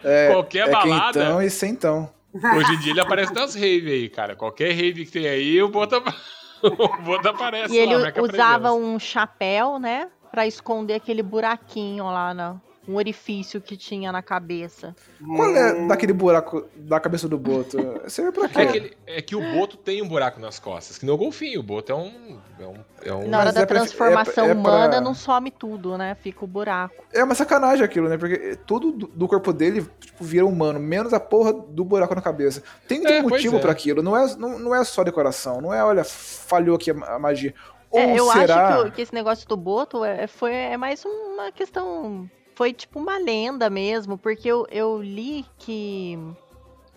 C: É,
B: Qualquer
C: é
B: balada.
C: quentão e sentão.
B: Hoje em dia ele aparece nas raves aí, cara. Qualquer rave que tem aí, o Boto, o Boto aparece
D: E ele
B: lá. marca
D: usava
B: presença.
D: um chapéu, né? Pra esconder aquele buraquinho lá, na, um orifício que tinha na cabeça.
C: Qual é daquele buraco da cabeça do Boto? Serve pra quê?
B: É que, ele- é que o Boto tem um buraco nas costas, que não é o golfinho. O Boto é um. É um, é um-
D: Na hora
C: Mas
D: da
C: é pra- é-
D: transformação
C: é pra-
D: humana, não some tudo, né? Fica o buraco.
C: É uma sacanagem aquilo, né? Porque tudo do- do corpo dele tipo, vira humano, menos a porra do buraco na cabeça. Tem
B: É,
C: um
B: pois
C: motivo
B: é.
C: pra aquilo, não é, não, não é só decoração, não é, olha, falhou aqui a a magia. Ou
D: É, eu
C: será...
D: acho que, o- que esse negócio do Boto é, foi, é mais uma questão. Foi tipo uma lenda mesmo, porque eu, eu li que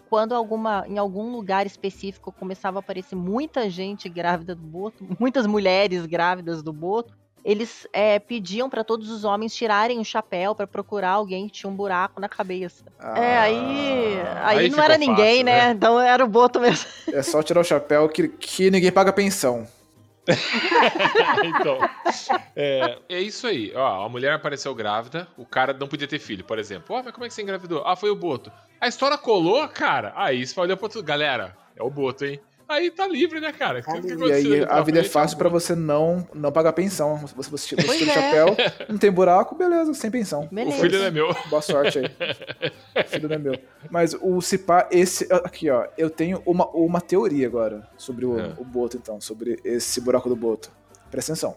D: quando alguma, em algum lugar específico começava a aparecer muita gente grávida do Boto, muitas mulheres grávidas do Boto, eles é, pediam para todos os homens tirarem o chapéu para procurar alguém que tinha um buraco na cabeça. é,
C: Ah,
D: aí, aí,
B: aí
D: não
B: ficou
D: era
B: fácil,
D: ninguém, né?
B: né?
D: Então era o Boto mesmo.
C: É só tirar o chapéu que, que ninguém paga pensão.
B: então. É, é isso aí. Ó, a mulher apareceu grávida, o cara não podia ter filho, por exemplo. Ó, mas como é que você engravidou? Ah, foi o Boto. A história colou, cara. Aí você olhou pra tudo. Galera, é o Boto, hein? Aí tá livre, né, cara? Tudo que
C: E
B: aconteceu tá
C: aí
B: ali
C: a
B: pra
C: vida é
B: frente,
C: fácil pra você não, não pagar pensão. Você, você, você tira
D: Pois
C: o
D: é.
C: chapéu, não tem buraco, beleza, sem pensão.
B: O
D: Beleza.
B: filho não é meu.
C: Boa sorte aí. O filho não é meu. Mas o Cipá, esse. Aqui, ó. Eu tenho uma, uma teoria agora sobre o,
B: Ah.
C: o Boto, então. Sobre esse buraco do Boto. Presta atenção.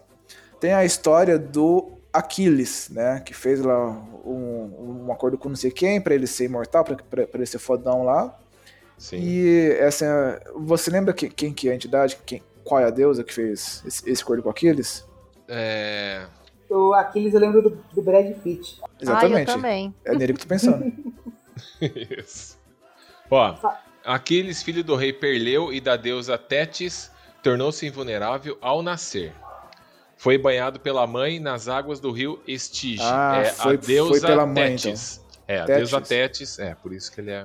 C: Tem a história do Aquiles, né? Que fez lá um, um acordo com não sei quem pra ele ser imortal, pra, pra, pra ele ser fodão lá.
B: Sim.
C: E essa. Você lembra que- quem que é a entidade? Quem, qual é a deusa que fez esse, esse acordo com Aquiles?
D: Ah,
B: É...
E: O Aquiles eu lembro do, do Brad Pitt.
D: Ah, eu
C: Exatamente.
D: também.
C: é nele que eu tô pensando.
B: Isso. Ó, Aquiles, filho do rei Perleu e da deusa Tétis, tornou-se invulnerável ao nascer. Foi banhado pela mãe nas águas do rio Estige.
C: Ah,
B: é
C: foi-
B: a deusa
C: foi pela mãe, então.
B: Tétis. É, a
C: Tétis.
B: deusa Tétis, é, por isso que ele é.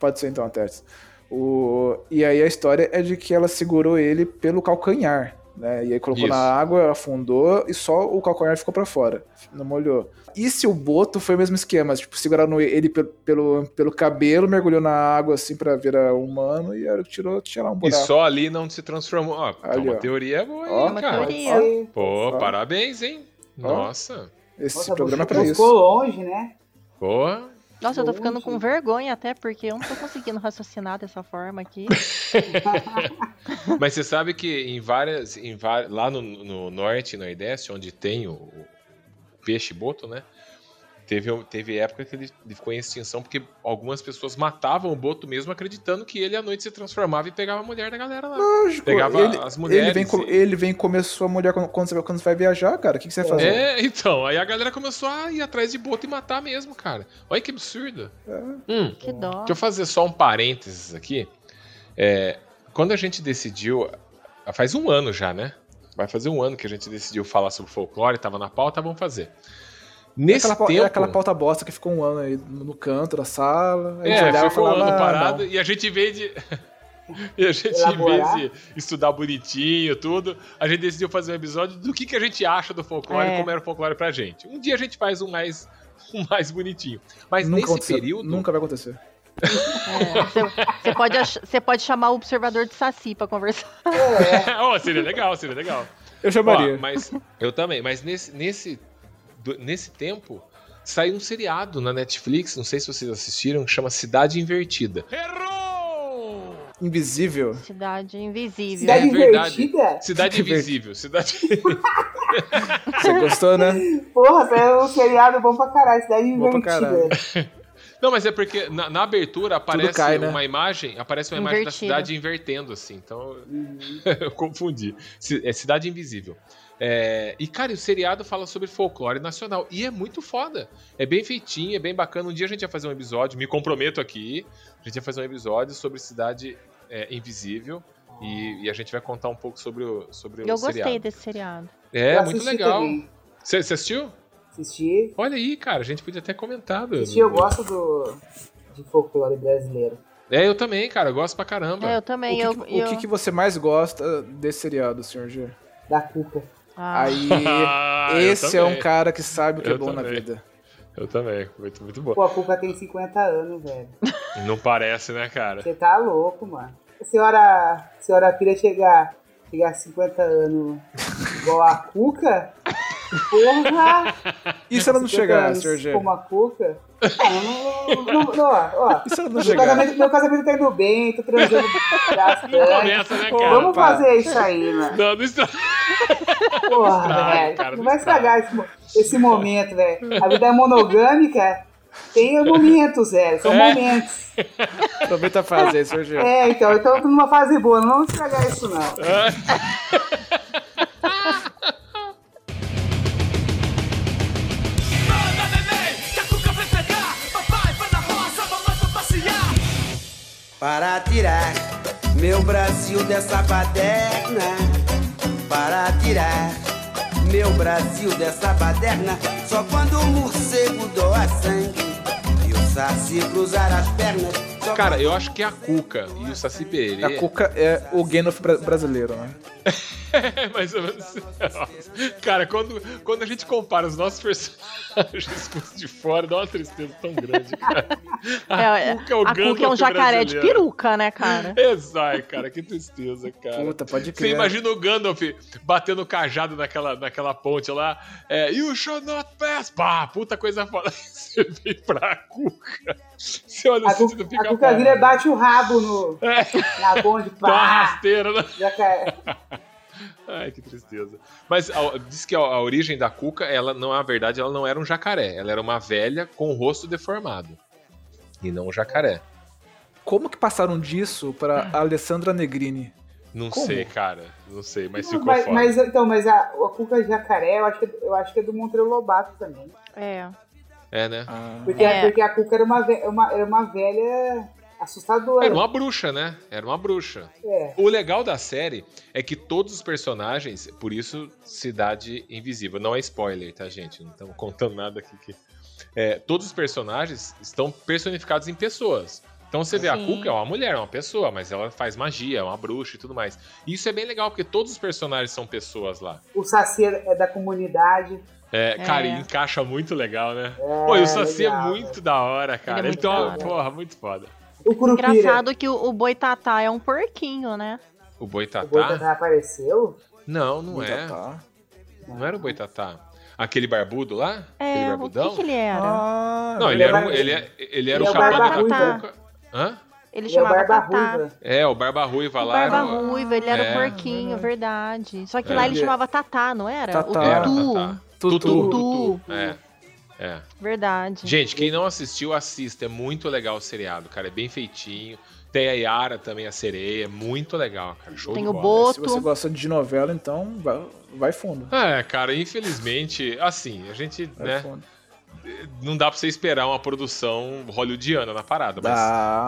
C: Pode ser então, Terce. O E aí a história é de que ela segurou ele pelo calcanhar, né? E aí colocou
B: Isso.
C: na água, afundou e só o calcanhar ficou pra fora. Não molhou. E se o Boto foi o mesmo esquema? Tipo, seguraram ele pe- pelo, pelo cabelo, mergulhou na água assim pra virar humano e a hora que tirou, tinha lá um
B: E
C: buraco.
B: só ali não se transformou. Ó, tá
C: Ali,
B: uma
C: ó.
B: teoria boa aí,
C: Ó,
D: É Uma
B: cara.
D: teoria.
E: Esse
B: Pô,
C: Ó.
B: parabéns, hein? Nossa.
C: Esse programa é pra
E: Ficou
C: isso.
E: longe, né?
B: Boa.
D: Nossa, eu tô ficando com vergonha até, porque eu não tô conseguindo raciocinar dessa forma aqui.
B: Mas você sabe que em várias, em va- lá no, no norte e nordeste, onde tem o, o peixe boto, né? Teve, um, teve época que ele, ele ficou em extinção porque algumas pessoas matavam o boto mesmo acreditando que ele à noite se transformava e pegava a mulher da galera lá.
C: Lógico,
B: Pegava
C: ele,
B: as
C: ele
B: mulheres.
C: vem, co-
B: e-
C: ele vem comer sua mulher quando, quando você, vai- quando você vai viajar, cara. O que, que você vai fazer?
B: É, então, aí a galera começou a ir atrás de boto e matar mesmo, cara. Olha que absurdo.
C: É.
B: Hum.
D: Que dó.
B: Deixa eu fazer só um parênteses aqui. É, quando a gente decidiu, faz um ano já, né? Vai fazer um ano que a gente decidiu falar sobre folclore, tava na pauta, vamos fazer. Nesse
C: aquela, pau-
B: tempo,
C: era aquela pauta bosta que ficou um ano aí no no canto da sala. A gente
B: é,
C: olhava e
B: ficou um
C: falava,
B: ano
C: "Ah,
B: parado
C: não."
B: e a gente em vez de e a gente
E: Elaborar.
B: em vez de estudar bonitinho tudo, a gente decidiu fazer um episódio do que, que a gente acha do folclore,
D: É.
B: como era o folclore pra gente. Um dia a gente faz um mais um mais bonitinho. Mas
C: Nunca
B: nesse
C: aconteceu.
B: período,
C: Nunca vai acontecer.
D: É, Você você pode, ach- você pode chamar o observador de Saci pra conversar.
B: oh, seria legal, seria legal.
C: Eu
B: Ó,
C: chamaria.
B: mas eu também, mas nesse, nesse, do- nesse tempo saiu um seriado na Netflix, não sei se vocês assistiram, que chama Cidade Invertida.
C: Invisível.
D: Cidade invisível.
E: Cidade
B: É verdade.
E: invertida?
B: Cidade Invisível, Cidade
C: Você gostou, né?
E: Porra, isso é um seriado bom pra caralho. Cidade
C: Bom pra
E: invertida.
C: caralho.
B: Não, mas é porque na, na abertura aparece
C: cai, né?
B: uma imagem, aparece uma imagem da
D: Invertida.
B: cidade invertendo, assim. Então
E: Uhum.
B: eu confundi. Ci- É Cidade Invisível. É, e, cara, o seriado fala sobre folclore nacional. E é muito foda. É bem feitinho, é bem bacana. Um dia a gente vai fazer um episódio, me comprometo aqui. A gente vai fazer um episódio sobre Cidade é, Invisível. E, e a gente vai contar um pouco sobre o, sobre o
D: Eu gostei
B: um seriado.
D: desse seriado.
B: É,
E: Eu
B: muito
E: assisti
B: legal.
E: também.
B: Você você assistiu?
E: Assisti.
B: Olha aí, cara, a gente podia ter comentado.
E: Assisti, eu gosto do, de folclore brasileiro.
B: É, eu também, cara, eu gosto pra caramba.
D: É, eu também.
C: o
D: eu,
C: que, que-
D: eu-
C: o que que você mais gosta desse seriado, senhor G?
E: Da Cuca.
D: Ah,
C: Aí,
B: Ah, eu
C: esse é um
B: também.
C: cara que sabe o que
B: Eu
C: é bom na
B: também.
C: vida.
B: Eu também, muito, muito bom.
E: Pô, a Cuca tem 50 anos, velho.
B: Não parece, né, cara?
E: Você tá louco, mano. A senhora, a senhora filha chegar, chegar a 50 anos igual a Cuca? Porra!
C: E se ela Então não
E: 50
C: chegar,
E: anos
C: senhor G?
E: Como a Cuca? Eu não, não, não, não, ó, ó.
C: E
B: Tá
C: se ela não
E: Meu
C: chegar?
E: casamento, meu casamento tá indo bem, tô transando
B: Não
E: bastante.
B: começa, né, cara?
E: Vamos
C: Opa.
E: fazer isso aí, mano.
B: Não, não está...
E: Porra,
B: estraga,
E: velho.
B: cara,
E: não
B: não
E: vai estragar esse, mo- esse momento, velho. A vida é monogâmica tem momentos, velho. São
B: É?
E: momentos.
C: Aproveita a fase aí, senhor G.
E: É, então, então eu tô numa fase boa, não vamos estragar isso, não.
F: Para tirar meu Brasil dessa baderna. Para tirar meu Brasil dessa baderna. Só quando o morcego doa sangue e o saci cruzar as pernas. Só
B: Cara, eu acho que é a Cuca e o Saci Pererê...
C: A Cuca é o Gandalf bra- brasileiro, né?
B: É, mais ou menos... Cara, quando, quando a gente compara os nossos personagens com os de fora, dá uma tristeza tão grande, cara. A
D: é,
B: Cuca é o
D: a Cuca é um
B: Gandalf
D: jacaré de
B: brasileiro.
D: peruca, né, cara?
B: Exato, cara, que tristeza, cara.
C: Puta, pode
B: É. Você
C: crer.
B: imagina o Gandalf batendo o cajado naquela, naquela ponte lá. É, you shall not pass. Pá, puta coisa foda. Você vem pra cuca. Você olha
E: A
B: o sentido
E: Cuca,
B: do pica
E: a Cuca vira e bate o rabo no,
B: É,
E: na bonde.
B: dá uma
E: Pá,
B: rasteira. né?
E: já cai.
B: Ai, que tristeza. Mas a- diz que a, a origem da Cuca, ela não, na verdade, ela não era um jacaré. Ela era uma velha com o rosto deformado. E não um jacaré.
C: Como que passaram disso pra Alessandra Negrini?
B: Não
C: Como?
B: sei, cara. Não sei, mas
E: Não,
B: ficou
E: mas,
B: foda.
E: mas, então, mas a, a Cuca Jacaré, eu acho, que, eu acho que é do Monteiro Lobato também.
D: É.
B: É, né?
C: Ah,
E: Porque,
D: É.
E: porque a Cuca era uma, ve- uma- era uma velha assustadora.
B: Era uma bruxa, né? Era uma bruxa.
E: É.
B: O legal da série é que todos os personagens, por isso Cidade Invisível, não é spoiler, tá, gente? Não estamos contando nada aqui. Que... É, todos os personagens estão personificados em pessoas. Então você vê a
D: Sim.
B: Cuca é uma mulher, é uma pessoa, mas ela faz magia, é uma bruxa e tudo mais. E isso é bem legal, porque todos os personagens são pessoas lá.
E: O Saci é da comunidade.
B: É,
D: É.
B: Cara, ele encaixa muito legal, né? Pô, e o Saci
E: legal,
B: é muito da hora, cara. Ele,
D: muito
B: tem
D: da
B: uma
D: hora.
B: porra muito foda.
E: O Curupira.
D: Engraçado que o, o Boitatá é um porquinho, né?
B: O
E: O Boitatá
B: Boitatá?
E: apareceu?
B: Não, não é.
C: tá.
B: Não era o Boitatá. Aquele barbudo lá? Aquele
D: É, o
B: barbudão?
D: que, que ele era?
C: Ah,
B: Não, ele
E: Ele é
B: era, um,
E: barbudo.
B: ele, é- ele era
E: Ele é
B: o
E: o
B: capanga
E: Barba
B: da
E: Ruiva.
B: cuca. Hã?
D: Ele
E: E a
D: chamava
E: é Barba
D: Tatá.
E: Ruiva.
B: É, o Barba Ruiva
D: O
B: lá.
D: Barba
B: era o-
D: Ruiva, ele era
B: É,
D: o porquinho, verdade. Só que
B: É.
D: lá ele
C: Ele-
D: chamava Tatá, não era?
C: Tatá.
B: Era o
D: O
B: Tatá.
D: Tutu.
B: É, tá, Tutu.
C: Tutu.
B: Tutu. É. É.
D: Verdade.
B: Gente, quem não assistiu, assista. É muito legal o seriado, cara. É bem feitinho. Tem a Yara também, a sereia. É muito legal, cara. Show
D: Tem
B: de
D: o
B: bola.
D: Boto.
C: Se você gosta de novela, então vai, vai fundo.
B: É, cara, infelizmente, assim, a gente,
E: É
C: Vai
B: né,
C: fundo.
B: não dá pra você esperar uma produção hollywoodiana na parada, mas...
C: Dá.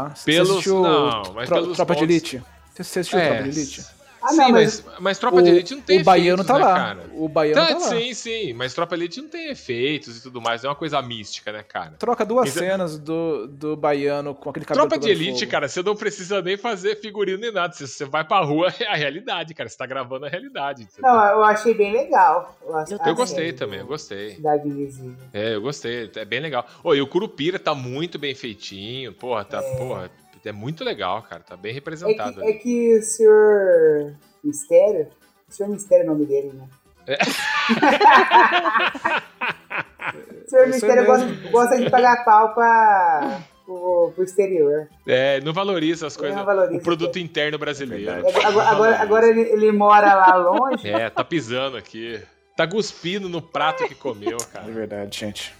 C: Ah, Você
B: pelos-
C: assistiu
B: não, mas
C: Tro-
B: pelos
C: Tropa de
B: pontos-
C: Elite? Você você assistiu Tropa de Elite?
B: É.
E: Ah,
B: sim,
E: não,
B: mas,
E: mas-
B: mas Tropa de Elite não tem
C: o baiano
B: efeitos,
C: tá
B: né,
C: lá.
B: cara?
C: O baiano tá,
B: Tá,
C: lá.
B: sim, sim, mas Tropa de Elite não tem efeitos e tudo mais, é uma coisa mística, né, cara?
C: Troca duas
B: Então-
C: cenas do, do baiano com aquele cabelo
B: Tropa de
C: pegando
B: Elite,
C: fogo.
B: cara, você não precisa nem fazer figurino nem nada, você, você vai pra rua, é a realidade, cara, você tá gravando a realidade. entendeu?
E: Não, é assim. eu achei bem legal. a- a
B: eu
E: série
B: gostei
E: do
B: também, eu gostei.
E: Cidade Invisível.
B: É, eu gostei, é bem legal. Ô, e o Curupira tá muito bem feitinho, porra, tá, porra, é muito legal, cara, tá bem
E: É
B: representado.
E: que,
B: ali.
E: é que o Sr. Mistério... O Sr. Mistério é o nome dele, né? o
B: é
E: Sr. Mistério gosta, gosta de pagar pau pra, pro, pro exterior.
B: É, não valoriza as
E: Eu
B: coisas,
E: não valorizo.
B: o produto interno brasileiro.
A: Verdade.
E: Agora, agora- agora ele, ele mora lá longe.
B: É, tá pisando aqui. Tá cuspindo no prato que comeu,
C: É
B: cara.
C: verdade, gente.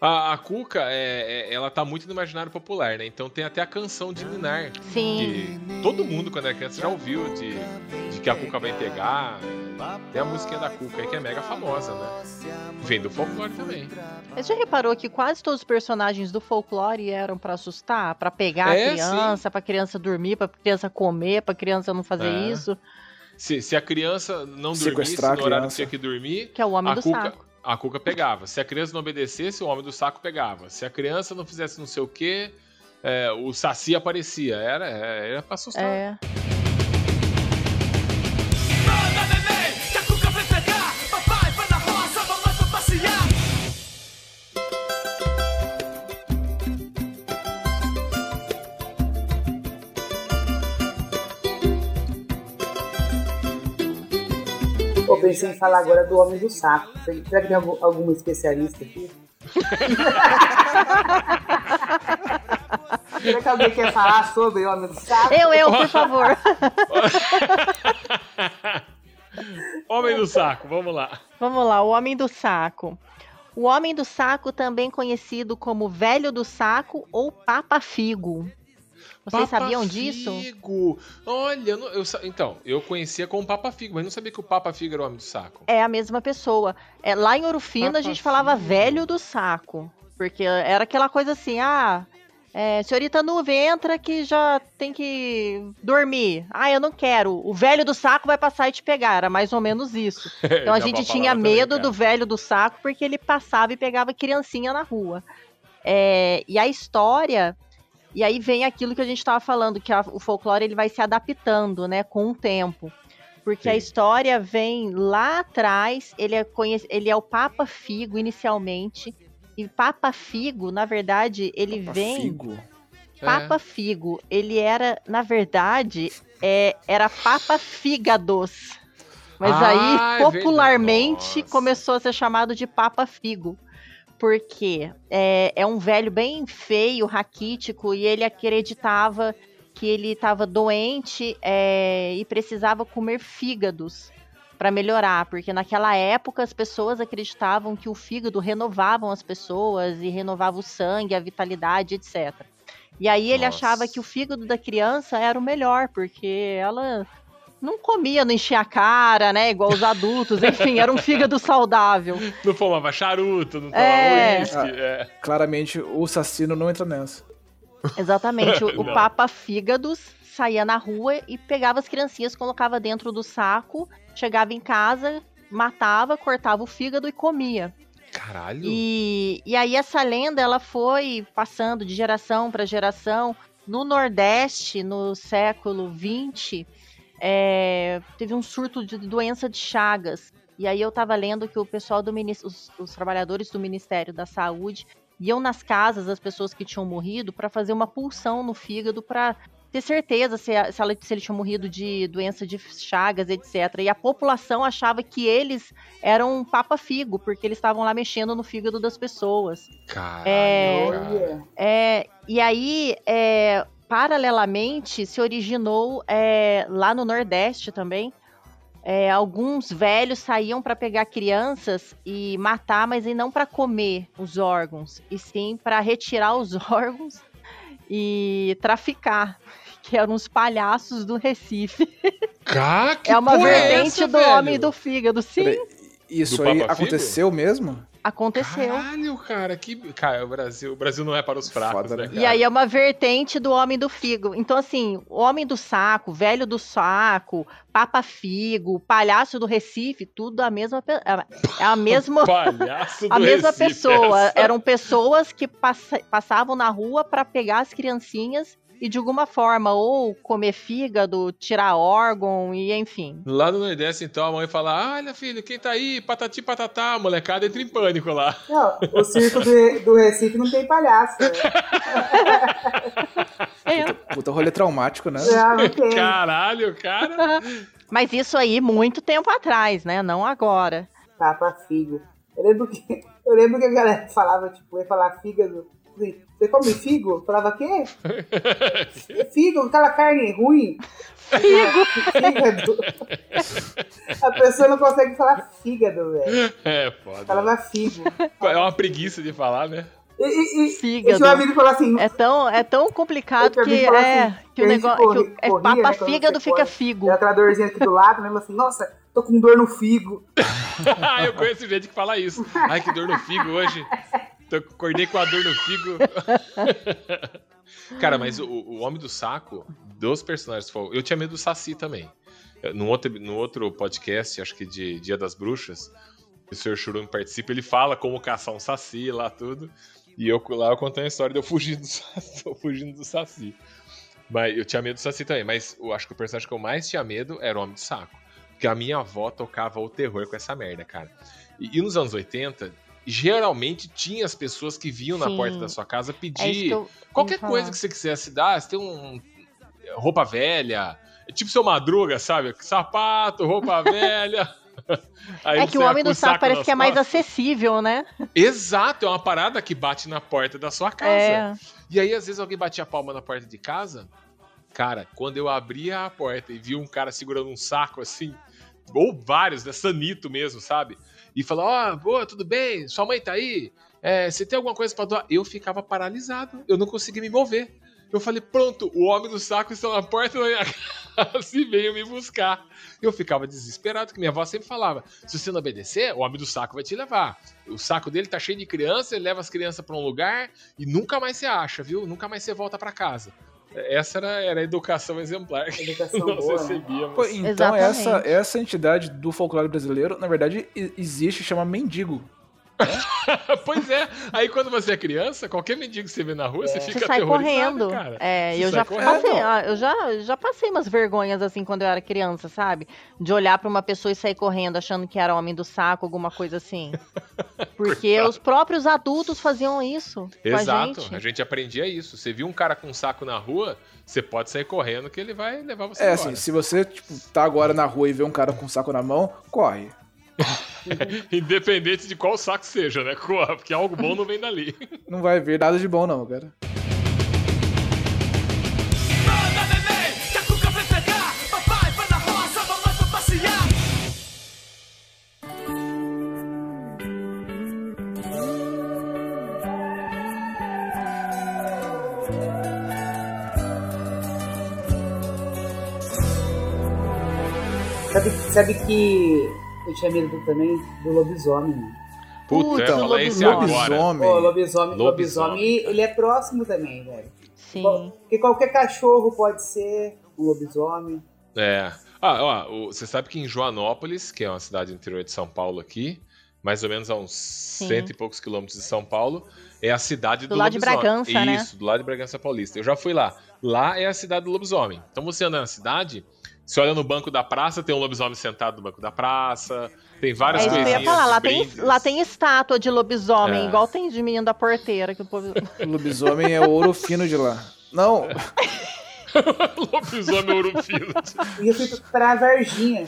B: A, a Cuca, é, é- ela tá muito no imaginário popular, né? Então tem até a canção de Lunar.
D: Sim.
B: Que todo mundo, quando era criança, já ouviu de, de que a Cuca vai pegar. Tem a musiquinha da Cuca aí que é mega famosa, né? Vem do folclore também.
D: Mas já reparou que quase todos os personagens do folclore eram pra assustar, pra pegar
B: É,
D: a criança, pra criança dormir, pra criança comer, pra criança não fazer
B: É.
D: isso,
B: Se, se a criança não dormisse no
C: Sequestrar a
B: horário que
C: criança.
B: tinha que dormir,
D: que é o homem
B: a
D: do
B: Cuca,
D: saco.
B: a Cuca pegava. Se a criança não obedecesse, o homem do saco pegava. Se a criança não fizesse não sei o quê, é, o Saci aparecia. Era, é, era pra assustar.
D: É.
E: Eu pensei em falar agora do Homem do Saco. Será que tem algum- alguma especialista aqui? Será que alguém quer falar sobre o Homem do Saco?
D: Eu, eu, por favor.
B: Homem do saco, vamos lá.
D: Vamos lá, o Homem do Saco. O Homem do Saco, também conhecido como Velho do Saco ou Papa Figo. Vocês
B: Papa
D: sabiam disso?
B: Figo. Olha, eu não- eu sa- então, eu conhecia como Papa Figo, mas não sabia que o Papa Figo era o homem do saco.
D: É a mesma pessoa. É, lá em Orofino
B: Papa
D: a gente falava
B: Figo.
D: Velho do Saco. Porque era aquela coisa assim, ah. é, senhorita nuvem, entra que já tem que dormir. Ah, eu não quero. O velho do saco vai passar e te pegar. Era mais ou menos isso. Então a gente tinha medo do velho do saco porque ele passava e pegava criancinha na rua. É, e a história, e aí vem aquilo que a gente estava falando, que a- o folclore ele vai se adaptando, né, com o tempo. Porque a
B: Sim.
D: história vem lá atrás, ele é, conhec- ele é o Papa Figo inicialmente. E Papa Figo, na verdade, ele
C: Papa
D: vem.
C: Figo.
B: É.
D: Papa Figo, ele era, na verdade, é, era Papa Fígados. Mas
B: Ah, é
D: aí, popularmente,
B: verdade.
D: começou a ser chamado de Papa Figo. Porque é, é um velho bem feio, raquítico, e ele acreditava que ele estava doente é, e precisava comer fígados para melhorar, porque naquela época as pessoas acreditavam que o fígado renovavam as pessoas e renovava o sangue, a vitalidade, etc. E aí ele
H: Nossa.
D: achava que o fígado da criança era o melhor, porque ela não comia, não enchia a cara, né, igual os adultos, enfim, era um fígado saudável.
B: Não fumava charuto, não tomava
D: É.
B: uísque. É.
C: Claramente o assassino não entra nessa.
D: Exatamente. O, o
B: Não.
D: Papa Fígados saía na rua e pegava as criancinhas, colocava dentro do saco, chegava em casa, matava, cortava o fígado e comia.
B: Caralho.
D: E, e aí essa lenda ela foi passando de geração para geração. No Nordeste, no século XX, é, teve um surto de doença de Chagas. E aí eu estava lendo que o pessoal do minis- os, os trabalhadores do Ministério da Saúde iam nas casas das pessoas que tinham morrido para fazer uma pulsão no fígado para ter certeza se, a- se, ela, se ele tinha morrido de doença de Chagas, etc. E a população achava que eles era um papa figo, porque eles estavam lá mexendo no fígado das pessoas.
B: Caralho.
D: É.
B: cara.
E: Olha,
D: É, e aí, é, paralelamente, se originou é, lá no Nordeste também. é, alguns velhos saíam para pegar crianças e matar, mas e não para comer os órgãos, e sim para retirar os órgãos e traficar, que eram os palhaços do Recife.
B: Cara, que
D: é uma
B: porra
D: vertente
B: essa,
D: do
B: velho?
D: homem do fígado, sim,
C: Peraí, Isso
B: Do
C: aí
B: Papa Figo?
C: aconteceu mesmo?
D: aconteceu.
B: Caralho, cara, que. Cara, o Brasil, o Brasil não é para os fracos,
C: Foda,
B: né?
C: né?
B: Cara?
D: E aí é uma vertente do homem do figo. Então, assim, o homem do saco, velho do saco, papa figo, palhaço do Recife, tudo a mesma pe- é a mesma
B: Palhaço do
D: a mesma
B: Recife, é
D: pessoa.
B: essa.
D: Eram pessoas que passa- passavam na rua para pegar as criancinhas e de alguma forma ou comer fígado, tirar órgão e enfim.
B: Lá no Nordeste, então, a mãe fala: Olha, filho, quem tá aí? Patati patatá, a molecada entra em pânico lá.
E: Não, o circo do, do Recife não tem palhaço. né?
D: É.
C: Puta rolê traumático, né?
E: Não, não tem.
B: Caralho, cara.
D: Mas isso aí muito tempo atrás, né? Não agora.
E: Papa figo. Eu lembro que, eu lembro que a galera falava, tipo, ia falar fígado. Assim, Você come figo? Eu falava quê? Figo, aquela carne ruim. Fígado. A pessoa não consegue falar fígado, velho.
B: É, foda.
E: Falava figo.
B: É uma preguiça de falar, né?
E: E, e, e, e
D: Fígado.
E: tinha um amigo que falou assim,
D: É tão, é tão complicado
E: Eu já ouvi
D: que,
E: falar
D: é,
E: assim,
D: que o
E: que a gente
D: negócio. que o-
E: corri-
D: é
E: corria,
D: papa
E: né, quando
D: fígado
E: você
D: fica
E: corre.
D: figo.
E: tem aquela dorzinha aqui do lado, mesmo assim, nossa, tô com dor no figo.
B: eu conheço gente que fala isso. Ai, que dor no figo hoje. Tô, acordei com a dor no figo. Cara, mas
D: Ah.
B: o, o Homem do Saco, dos personagens, foi- eu tinha medo do Saci também. Eu- Num outro, num outro podcast, acho que de Dia das Bruxas, o Sr. Churume participa, ele fala como caçar um Saci lá, tudo. E eu lá eu contei a história de eu fugindo do Saci. eu fugindo do saci. Mas eu tinha medo do Saci também, mas eu acho que o personagem que eu mais tinha medo era o Homem do Saco. Porque a minha avó tocava o terror com essa merda, cara. E, e nos anos 80, geralmente tinha as pessoas que vinham na
D: Sim.
B: porta da sua casa
D: É isso
B: pedir
D: que eu
B: qualquer
D: ia falar.
B: coisa que você quisesse dar, você tem um roupa velha, é tipo seu madruga, sabe? Sapato, roupa velha. Aí
D: É
B: você
D: que o
B: vai
D: homem
B: com
D: do saco parece
B: nas
D: que é mais
B: costas.
D: acessível, né?
B: Exato, é uma parada que bate na porta da sua casa.
D: É.
B: E aí, às vezes, alguém batia a palma na porta de casa. Cara, quando eu abria a porta e vi um cara segurando um saco assim, ou vários, né? Sanito mesmo, sabe? E falava: Ó, boa, tudo bem? Sua mãe tá aí? É, você tem alguma coisa pra doar? Eu ficava paralisado, eu não conseguia me mover. Eu falei: pronto, o homem do saco está na porta da minha casa e veio me buscar. Eu ficava desesperado, que minha avó sempre falava: se você não obedecer, o homem do saco vai te levar. O saco dele tá cheio de criança, ele leva as crianças pra um lugar, e nunca mais você acha, viu? Nunca mais você volta pra casa. Essa era, era a educação exemplar que
E: Educação
B: nós
E: boa, né?
B: recebíamos.
C: Pô, então
D: Exatamente.
C: essa, essa entidade do folclore brasileiro, na verdade, e- existe, chama mendigo.
B: pois é. Aí quando você é criança, qualquer mendigo que você vê na rua, você fica
D: Você sai
B: aterrorizado,
D: correndo.
B: cara.
D: É,
B: Você sai
D: eu já,
B: correndo.
D: passei, ah, eu já, já passei umas vergonhas assim quando eu era criança, sabe? De olhar pra uma pessoa e sair correndo achando que era homem do saco, alguma coisa assim. Porque os próprios adultos faziam isso
B: Exato.
D: com a
B: A
D: gente.
B: gente aprendia isso. Você viu um cara com um saco na rua, você pode sair correndo que ele vai levar você
C: É
B: embora.
C: assim, se você tipo, tá agora na rua e vê um cara com um saco na mão, corre.
B: Independente de qual saco seja, né? Corra, Porque algo bom não vem dali.
C: Não vai ver nada de bom, não, cara.
E: Sabe, sabe que eu tinha medo também do lobisomem. né?
B: Puta, eu ia falar
C: lobi-
B: esse agora.
E: Pô,
C: lobisomem.
E: lobisomem, lobisomem,
B: Lobisomem,
E: ele é próximo também, velho.
D: Sim.
E: Qual- Porque qualquer cachorro pode ser um lobisomem.
B: É. Ah, ó, o- você sabe que em Joanópolis, que é uma cidade do interior de São Paulo aqui, mais ou menos a uns cento e poucos quilômetros de São Paulo, é a cidade do,
D: Do lado de
B: lobisomem.
D: Bragança, né?
B: Isso, do lado de Bragança Paulista. Eu já fui lá. Lá é a cidade do lobisomem. Então você anda na cidade, você olha no banco da praça, tem um lobisomem sentado no banco da praça, tem
D: É
B: várias
D: isso que eu
B: coisinhas.
D: ia falar. Lá tem,
B: brindes.
D: lá tem estátua de lobisomem,
B: É.
D: igual tem de menino da porteira. Que o povo...
C: Lobisomem é o ouro fino de lá. Não,
B: lobisomem urufino.
E: E eu fui pra Varginha.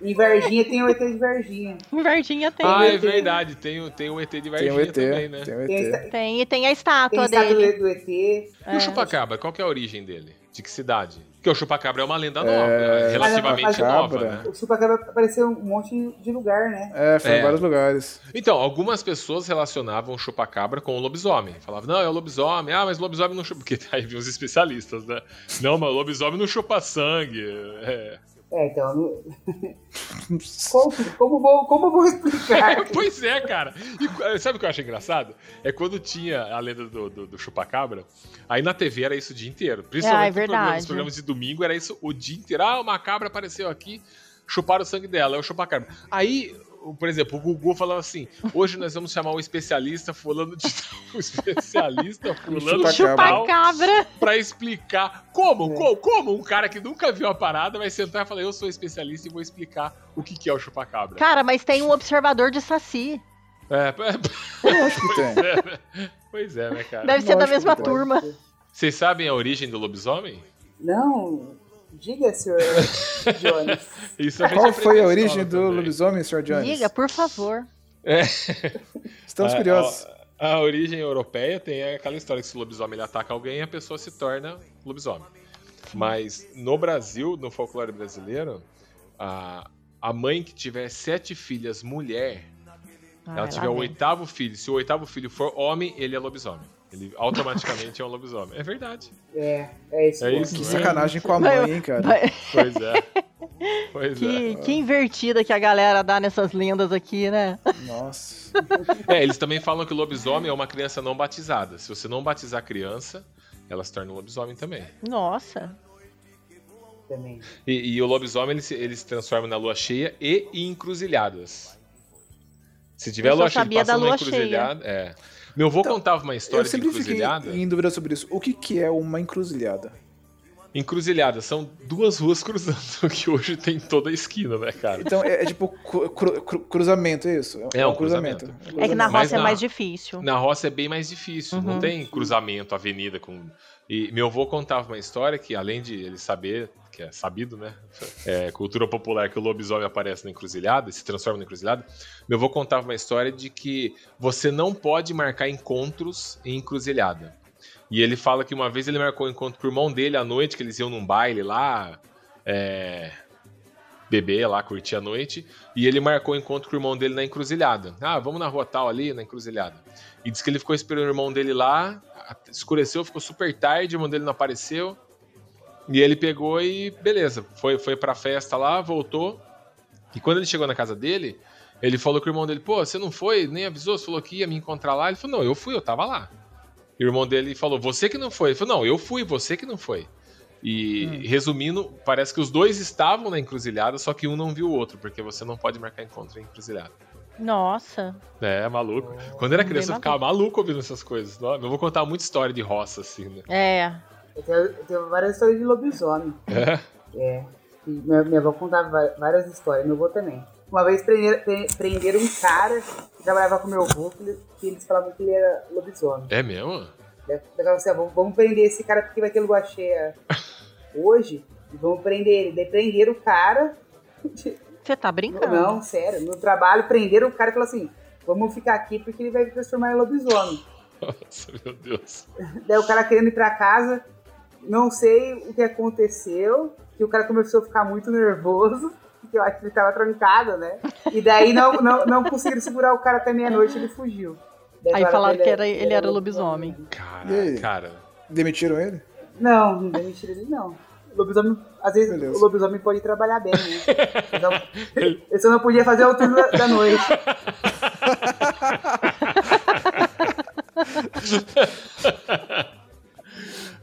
E: Em Varginha tem o ET de Varginha.
D: Verdinha tem. um
B: ah, é
E: ET.
B: verdade. Tem, o- tem o ET de
C: tem um
B: Varginha
C: o ET.
B: também, né?
C: Tem o
E: Tem, a
C: ET.
E: esta-
D: Tem, e tem a
E: tem a
D: estátua
E: estátua
D: dele.
E: do ET.
B: E o chupacabra, qual que é a origem dele? De que cidade? Porque o chupacabra é uma lenda nova, relativamente
E: Mas- mas-
B: nova,
C: Cabra.
B: né?
E: O chupacabra apareceu em um monte de lugar, né?
C: É, foi
B: É.
C: em vários lugares.
B: Então, algumas pessoas relacionavam o chupacabra com o lobisomem. Falavam, não, é o lobisomem. Ah, mas o lobisomem não chupa... Porque aí vinham os especialistas, né? Não, mas o lobisomem não chupa sangue. É.
E: É, então. não- Como, como, vou, como eu vou explicar?
B: Pois é, cara. E eh, sabe o que eu acho engraçado? É quando tinha a lenda do, do, do chupacabra, aí na TV era isso o dia inteiro. Principalmente
D: É, é
B: no programa-
D: verdade.
B: nos programas de domingo era isso o dia inteiro. Ah, uma cabra apareceu aqui, chuparam o sangue dela, é o chupacabra. Aí, o- por exemplo, o Gugu falava assim: hoje nós vamos chamar o especialista fulano de tal, o especialista fulano de tal,
D: Chupacabra. É.
B: pra explicar como, como, como um cara que nunca viu a parada vai sentar e falar: eu sou especialista e vou explicar o que, que é o chupacabra.
D: Cara, mas tem um observador de saci.
B: É, p-
C: Eu acho que tem.
B: É, né? pois é, né, cara?
D: Deve ser da
C: Lógico
D: mesma
C: que pode.
D: turma.
B: Vocês sabem a origem do lobisomem?
E: Não, diga, senhor Jones.
B: Isso a gente
C: Qual
B: aprende
C: foi a
B: na
C: origem
B: escola
C: do
B: também.
C: lobisomem, Sr. Jones?
D: Diga, por favor.
C: Estamos
B: A-
C: curiosos.
B: É, A, a origem europeia tem aquela história que se o lobisomem ele ataca alguém, a pessoa se torna lobisomem. Mas no Brasil, no folclore brasileiro, a, a mãe que tiver sete filhas mulher,
D: Ah,
B: ela
D: lá
B: tiver o
D: vem.
B: oitavo filho, se o oitavo filho for homem, ele é lobisomem. Ele automaticamente é um lobisomem. É verdade.
E: É, é isso.
B: É
E: mesmo.
B: isso,
C: Que
B: né?
C: sacanagem com a mãe, hein, cara.
B: Pois é. Pois é.
D: Que, que invertida que a galera dá nessas lendas aqui, né?
C: Nossa.
B: É, eles também falam que o lobisomem é uma criança não batizada. Se você não batizar a criança, ela se torna um lobisomem também.
D: Nossa.
E: Também.
B: E, e o lobisomem ele se, ele se transforma na lua cheia e em encruzilhadas. Se tiver
D: Eu só
B: lua cheia, ele
D: sabia
B: passa
D: da
B: numa
D: lua
B: encruzilhada. É. Meu avô contava uma
C: Então, Eu
B: história de
C: sempre fiquei
B: encruzilhada.
C: em dúvida sobre isso. O que, que é uma encruzilhada?
B: Encruzilhada são duas ruas cruzando, que hoje tem toda a esquina, né, cara?
C: Então, é, é tipo cru- cru- cru- cruzamento, é isso?
B: É um cruzamento.
D: É que na
B: Mas
D: roça é
B: na-
D: mais difícil.
B: Na roça é bem mais difícil, não tem cruzamento, avenida com. E meu avô contava uma história que, além de ele saber, que é sabido, né? É, cultura popular que o lobisomem aparece na encruzilhada e se transforma na encruzilhada. Meu avô contava uma história de que você não pode marcar encontros em encruzilhada. E ele fala que uma vez ele marcou um encontro pro irmão dele à noite, que eles iam num baile lá. É, beber lá, curtir a noite, e ele marcou o encontro com o irmão dele na encruzilhada. Ah, vamos na rua tal ali, na encruzilhada. E disse que ele ficou esperando o irmão dele lá, até- escureceu, ficou super tarde, o irmão dele não apareceu. E ele pegou e beleza, foi, foi pra festa lá, voltou. E quando ele chegou na casa dele, ele falou que o irmão dele, pô, você não foi, nem avisou, você falou que ia me encontrar lá. Ele falou, não, eu fui, eu tava lá. E o irmão dele falou, você que não foi. Ele falou, não, eu fui, você que não foi. E resumindo, parece que os dois estavam na encruzilhada, só que um não viu o outro, porque você não pode marcar encontro em encruzilhada.
D: Nossa.
B: É, maluco. Quando era criança, eu
D: Bem
B: ficava maluco ouvindo essas coisas. Não, Eu vou contar muita história de roça, assim, né?
D: É.
E: Eu tenho, eu tenho várias histórias de lobisomem.
B: É?
E: É, E minha, minha avó contava va- várias histórias, meu avô também. Uma vez prenderam, pre- prenderam um cara que trabalhava com meu avô, que, ele- que eles falavam que ele era lobisomem.
B: É mesmo?
E: Daí Eu falava assim, ah, vamos, vamos prender esse cara porque vai ter lua cheia hoje. E vamos prender ele. Daí prenderam o cara.
D: Você tá
E: No-
D: brincando?
E: Não, sério. No trabalho, prenderam o cara e falaram assim, vamos ficar aqui porque ele vai transformar em lobisomem.
B: Nossa, meu Deus.
E: Daí o cara querendo ir pra casa, não sei o que aconteceu, que o cara começou a ficar muito nervoso, que eu acho que ele tava trancado, né? E daí não, não, não conseguiram segurar o cara até meia-noite, ele fugiu. Daí
D: Aí falaram que era-
E: ele é
D: ele era lobisomem.
B: Cara,
C: E aí?
B: cara.
C: Demitiram ele?
E: Não, não demitiram é ele não. lobisomem, às vezes
C: Beleza.
E: o lobisomem pode trabalhar bem, né? Então,
B: Ele-
E: eu só não podia fazer o turno da, da noite.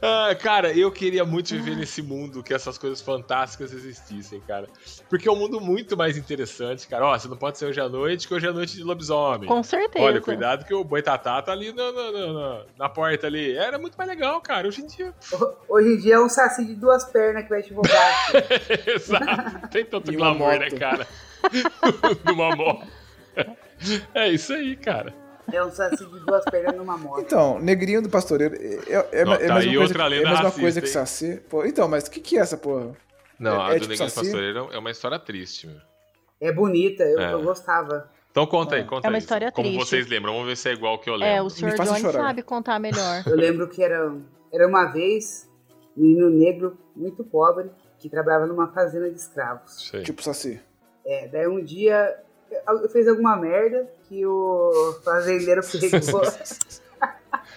B: Ah, cara, eu queria muito viver nesse mundo que essas coisas fantásticas existissem, cara. Porque é um mundo muito mais interessante, cara. Ó, você não pode ser hoje à noite, que hoje é noite de lobisomem.
D: Com certeza.
B: Olha, cuidado que o boitatá tá ali na, na, na- na- na porta ali. Era muito mais legal, cara. Hoje em dia.
E: Hoje em dia é um saci de duas pernas que vai te roubar. filho.
B: Exato. Não tem tanto
C: E uma
B: glamour,
C: moto.
B: né, cara? Numa moto. É isso aí, cara.
E: É um saci de duas pernas numa moto.
C: Então, negrinho do pastoreiro é, é, é,
B: Não,
C: é
B: tá
C: a
B: aí
C: mesma, coisa,
B: outra
C: que- é
B: lenda
C: a mesma
B: racista,
C: coisa que
B: hein?
C: Saci. Pô, então, mas o que, que é essa porra?
B: Não, a
C: É- é
B: do
C: tipo
B: Neguinho
C: saci?
B: Pastoreiro é uma história triste, meu.
E: É bonita, eu,
B: É.
E: eu gostava.
B: Então conta aí, conta aí.
D: É uma história
B: Como
D: triste.
B: vocês lembram, vamos ver se é igual que eu lembro.
D: É, o senhor
C: faça
D: Johnny
C: chorar.
D: sabe contar melhor.
E: Eu lembro que era, era uma vez um menino negro muito pobre que trabalhava numa fazenda de escravos.
B: Isso aí.
C: Tipo Saci.
E: É, daí um dia al- fez alguma merda que o fazendeiro pegou.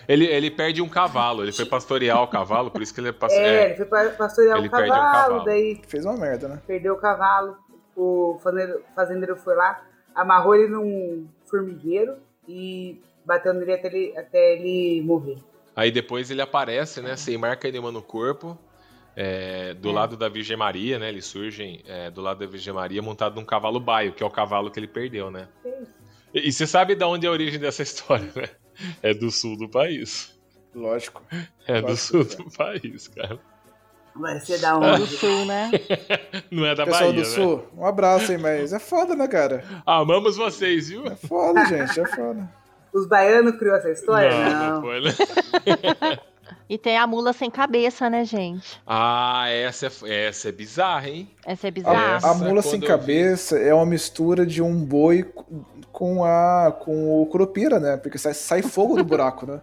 B: Ele, ele perde um cavalo, ele foi pastorear o cavalo, por isso que ele é
E: é,
B: pastoreado.
E: ele foi pa- pastorear
B: Ele
E: o
B: perdeu o
E: cavalo,
B: cavalo.
E: daí
C: Fez uma merda, né?
E: perdeu o cavalo. O fazendeiro, fazendeiro foi lá, amarrou ele num formigueiro e bateu nele até ele, até ele morrer.
B: Aí depois ele aparece, né, sem marca nenhuma no corpo, é, do lado da Virgem Maria, né, ele surge é, do lado da Virgem Maria montado num cavalo baio, que é o cavalo que ele perdeu, né. E, e você sabe da onde é a origem dessa história, né? É do sul do país.
C: Lógico.
B: É do
C: Claro que
B: sul
C: é.
B: do país, cara.
E: Vai ser da
D: Do
E: onde?
D: sul, né?
B: Não é da
C: Pessoal
B: Bahia,
C: do
B: né?
C: Sul, um abraço aí, mas é foda, né, cara?
B: Amamos vocês, viu?
C: É foda, gente, é foda.
E: Os baianos criou essa história?
B: não, não
E: Não.
B: foi, né?
D: E tem a mula sem cabeça, né, gente?
B: Ah, essa é, f- essa é bizarra, hein?
D: Essa é
C: A,
D: bizarra.
B: Essa
C: a mula sem
B: quando eu
C: cabeça é uma mistura de um boi co- com a com o curupira, né? Porque sai, sai fogo do buraco, né?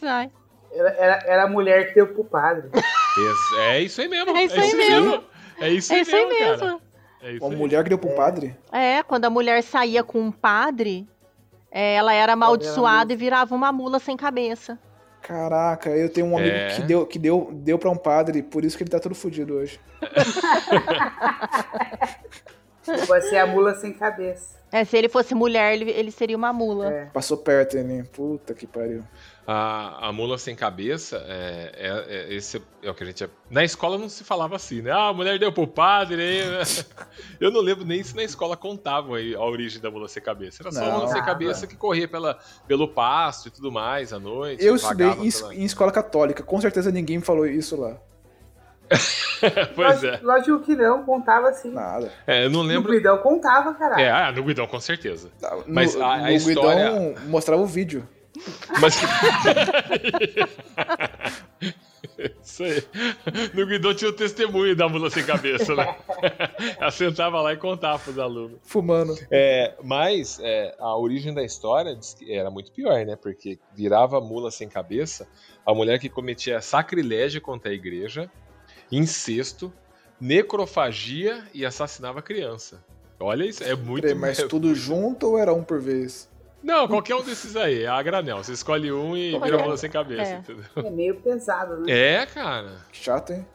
D: Sai.
E: Era, era, era a mulher que deu pro padre.
B: Esse- É isso aí mesmo.
D: É isso aí mesmo.
B: É isso aí
D: É isso aí
B: mesmo.
D: mesmo.
B: cara. É isso
C: Uma
B: aí.
C: mulher que deu pro padre.
D: É, quando a mulher saía com um padre, é, ela era amaldiçoada e virava uma mula sem cabeça.
C: Caraca, eu tenho um amigo
B: É.
C: que deu que deu deu para um padre, por isso que ele tá todo fudido hoje.
E: Vai ser a mula sem cabeça.
D: É, se ele fosse mulher, ele, ele seria uma mula.
E: É.
C: Passou perto ele, puta que pariu.
B: A, a mula sem cabeça, é, é- é- esse é o que a gente... Na escola não se falava assim, né? Ah, a mulher deu pro padre. aí, né? Eu não lembro nem se na escola contavam aí a origem da mula sem cabeça. Era só a
C: Não,
B: mula sem
E: nada.
B: cabeça que corria pela, pelo pasto e tudo mais à noite.
C: Eu estudei
B: vagava
C: em, es-
B: pela-
C: em escola católica, com certeza ninguém me falou isso lá.
B: pois
E: Lógico-
B: é.
E: Lógico que não, contava sim.
C: Nada.
B: É, eu não
E: O
B: lembro...
E: Guidão contava, caralho.
B: É, ah, no Guidão, com certeza.
C: No-
B: Mas a- a
C: no Guidão
B: história-
C: mostrava o vídeo.
B: Mas. Isso aí. No Guidão tinha o testemunho da mula sem cabeça, né? Ela sentava lá e contava pros alunos.
C: Fumando.
B: É, mas é, a origem da história diz que era muito pior, né? Porque virava mula sem cabeça a mulher que cometia sacrilégio contra a igreja, incesto, necrofagia e assassinava criança. Olha isso, é muito.
C: Peraí, mas tudo junto ou era um por vez?
B: Não, qualquer um desses aí, é a granel. Você escolhe um e
D: Olha,
B: vira mula sem cabeça,
D: é.
B: entendeu?
E: É meio pesado, né?
B: É, cara.
C: Que chato, hein?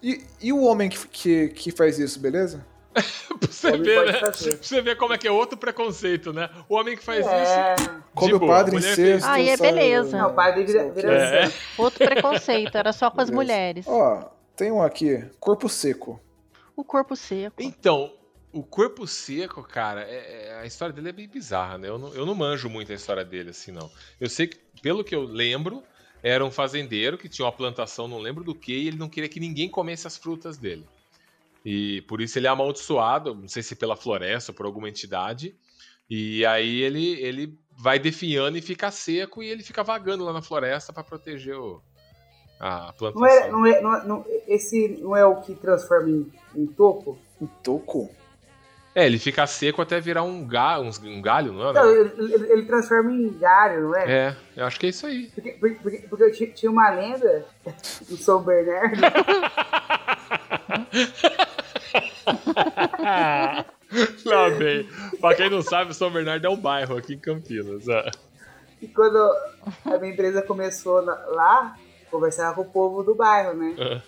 C: E, e o homem que, que, que faz isso, beleza?
B: Pra você,
E: Homem
B: ver,
E: pode
B: né? pra
E: fazer.
B: você ver como é que é outro preconceito, né? O homem que faz
E: É.
B: isso.
C: Come
B: de
C: o
B: boa,
C: padre em
B: mulher
C: sexto.
B: fez-
D: Aí é
C: sabe?
D: beleza.
E: Não, o padre vira, vira assim.
B: É.
E: santo.
D: Outro preconceito, era só com as
C: Beleza.
D: mulheres.
C: Ó, tem um aqui, corpo seco.
D: O corpo seco.
B: Então, o corpo seco, cara, é- é- a história dele é bem bizarra, né? Eu não, eu não manjo muito a história dele, assim, não. Eu sei que, pelo que eu lembro, era um fazendeiro que tinha uma plantação, não lembro do que, e ele não queria que ninguém comesse as frutas dele. E por isso ele é amaldiçoado, não sei se pela floresta ou por alguma entidade. E aí ele, ele vai definhando e fica seco e ele fica vagando lá na floresta pra proteger o- a
E: Não é,
B: plantação.
E: não é, não, não- esse não é o que transforma em, em topo?
C: Um toco?
B: É, ele fica seco até virar um, ga, uns- um galho, não é? né?
E: Não, ele, ele- ele transforma em galho, não é?
B: É, eu acho que é isso aí.
E: Porque, porque, porque- porque eu ti- tinha uma lenda do São Bernardo
B: Ah, Lá bem. Pra quem não sabe, São Bernardo é um bairro aqui em Campinas. é.
E: que quando a minha empresa começou na- lá, conversava com o povo do bairro, né?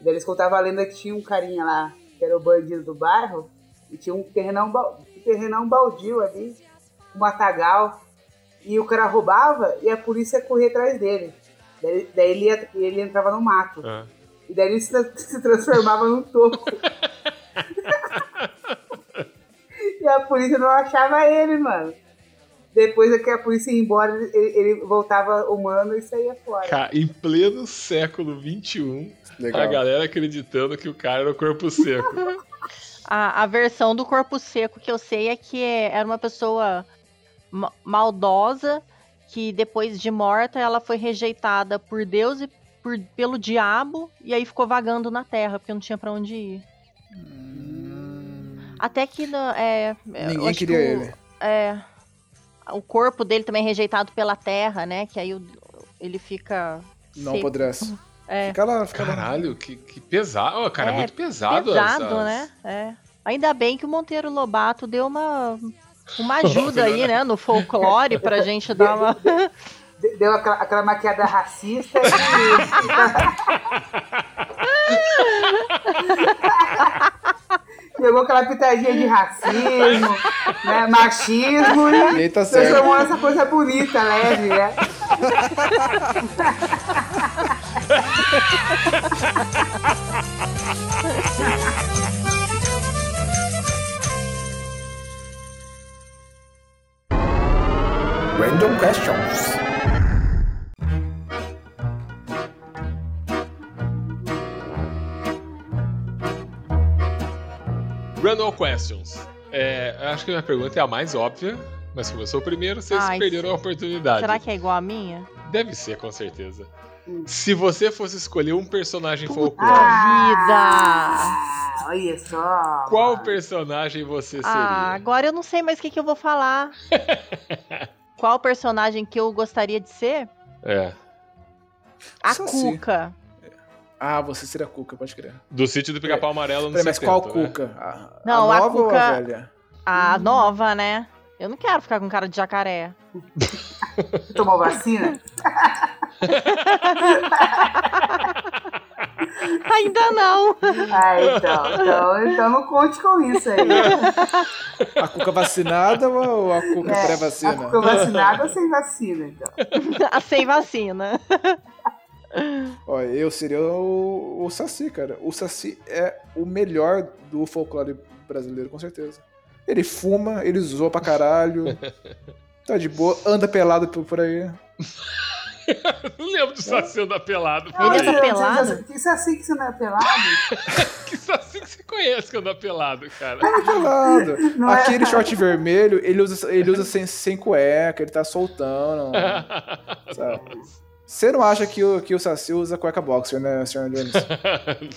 E: Daí eles contavam a lenda que tinha um carinha lá, que era o bandido do bairro, e tinha um terrenão, ba- um terrenão baldio ali, um matagal. E o cara roubava e a polícia corria atrás dele. Daí, daí ele, ia- ele entrava no mato.
B: Ah.
E: E daí ele se, tra- se transformava num toco. e a polícia não achava ele, mano. Depois é que a polícia ia embora, ele, ele voltava humano e saía fora.
B: Cara, em pleno século XXI, a
C: Legal.
B: galera acreditando que o cara era o corpo seco.
D: A, a versão do corpo seco que eu sei é que é- era uma pessoa ma- maldosa que depois de morta ela foi rejeitada por Deus e por- pelo diabo e aí ficou vagando na terra porque não tinha pra onde ir. Até que na- é, é, eu
C: Ninguém
D: acho que
C: queria
D: o-
C: ele.
D: É, o corpo dele também é rejeitado pela terra, né? Que aí o- ele fica
C: Não
D: seco.
C: apodrece.
D: É.
C: Fica lá, fica lá.
B: Caralho, que, que pesado. Ó, Cara, é
D: É,
B: muito pesado.
D: pesado,
B: as- as-
D: né? É. Ainda bem que o Monteiro Lobato deu uma, uma ajuda aí, né, no folclore pra gente dar uma.
E: De- Deu aquela, aquela maquiada racista e. Pegou aquela pitadinha de racismo, né, machismo e
C: E aí tá
B: é
C: certo.
E: transformou essa coisa bonita, leve, né?
H: Random questions.
B: Random questions. É, acho que a minha pergunta é a mais óbvia, mas como eu sou o primeiro, vocês
D: Ai,
B: perderam a oportunidade.
D: Será que é igual a minha?
B: Deve ser, com certeza. Se você fosse escolher um personagem folclórico,
E: Ah, olha só.
B: qual personagem você
D: Ah,
B: seria?
D: agora eu não sei mais o que, que eu vou falar. Qual personagem que eu gostaria de ser?
B: É.
D: A
C: Só assim.
D: Cuca.
C: Ah, você seria a Cuca, pode crer.
B: Do sítio do pica-pau amarelo no
C: É. Peraí, mas qual
B: 70, né?
C: Cuca? A,
D: Não,
C: a
D: a
C: nova ou a
D: Cuca-
C: velha?
D: A nova, né? Eu não quero ficar com cara de jacaré.
E: Tomou vacina?
D: Ainda não.
E: Ah, então, então, então não conte com isso aí.
C: A Cuca vacinada ou a Cuca
E: É,
C: pré-vacina?
E: ah, Ficou vacinado ou sem vacina, então?
D: Sem vacina.
C: Ó, eu seria o, o Saci, cara. O Saci é o melhor do folclore brasileiro, com certeza. Ele fuma, ele zoa pra caralho. tá de boa, anda pelado por, por aí.
B: Não lembro do Saci andar pelado.
D: Ele
B: peraí.
D: é pelado?
E: Isso é assim que você não é pelado?
B: Que Saci que você conhece que anda pelado, cara?
C: Anda pelado.
E: Não é?
C: Aquele short vermelho, ele usa, ele usa sem, sem cueca, ele tá soltando. sabe? Você não acha que o, que o Saci usa cueca boxer, né, senhor Jones?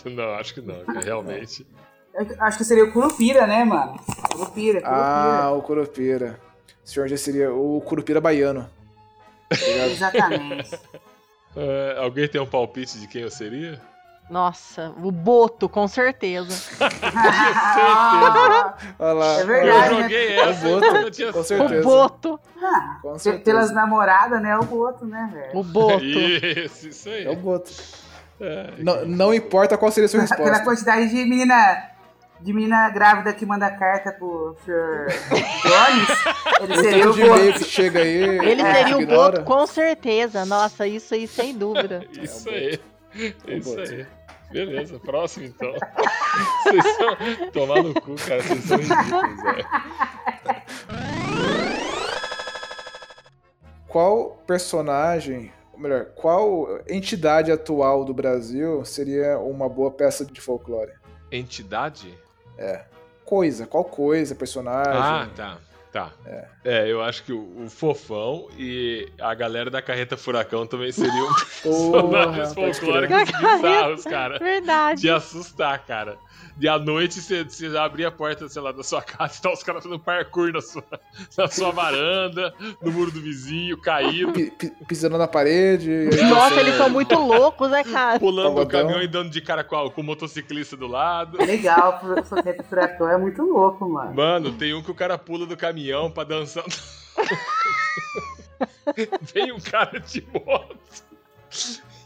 B: não, acho que não, cara, realmente.
E: Eu Acho é que seria o Curupira, né, mano? Curupira, Curupira.
C: Ah, o Curupira. O senhor já seria o Curupira baiano.
E: Exatamente.
B: É, alguém tem um palpite de quem eu seria?
D: Nossa, o Boto, com certeza. é
E: Ah,
C: Olha lá.
E: É
B: Eu
E: verdade.
B: joguei
C: É o
B: essa,
C: Boto,
B: eu tinha
C: com
D: O
C: certeza.
D: Boto.
E: ah,
C: Com
E: pe-
C: certeza.
E: pelas namoradas, né? O outro, né, velho?
D: O Boto.
B: Isso, isso aí.
C: É o Boto.
B: É.
C: Não, não importa qual seria a sua
E: Pela
C: resposta.
E: quantidade de menina, de menina grávida que manda carta pro Sr. Jones, ele
C: O
E: seria
C: tanto
E: o
C: de e-mail
E: Boto.
C: que chega aí.
D: Ele
C: você
D: seria o
C: ignora.
D: Boto, com certeza. Nossa, isso aí, sem dúvida.
B: Isso
C: É o
B: aí.
C: o
B: Isso
C: Boto.
B: aí. Beleza, próximo então. Vocês são. Tomar no cu, cara, vocês são ridículos, velho.
C: Qual personagem, ou melhor, qual entidade atual do Brasil seria uma boa peça de folclore?
B: Entidade?
C: Coisa, qual coisa, personagem?
B: Ah, tá. Tá. É. eu acho que o, o Fofão e a galera da Carreta Furacão também seriam personagens
C: pode crer.
B: folclóricos bizarros, cara.
D: Verdade.
B: De assustar, cara. De à noite você, você abrir a porta, sei lá, da sua casa e tá os caras fazendo parkour na sua, na sua varanda, no muro do vizinho, caído,
C: Pi- pi- Pisando na parede. e aí
D: Nossa,
C: você-
D: eles são muito loucos, né, cara?
B: pulando do
C: Pagodão.
B: caminhão e dando de cara com, a- com o motociclista do lado.
E: Legal, o Sr. Furacão é muito louco, mano.
B: Mano, tem um que o cara pula do caminhão pra dançar. Vem um cara de moto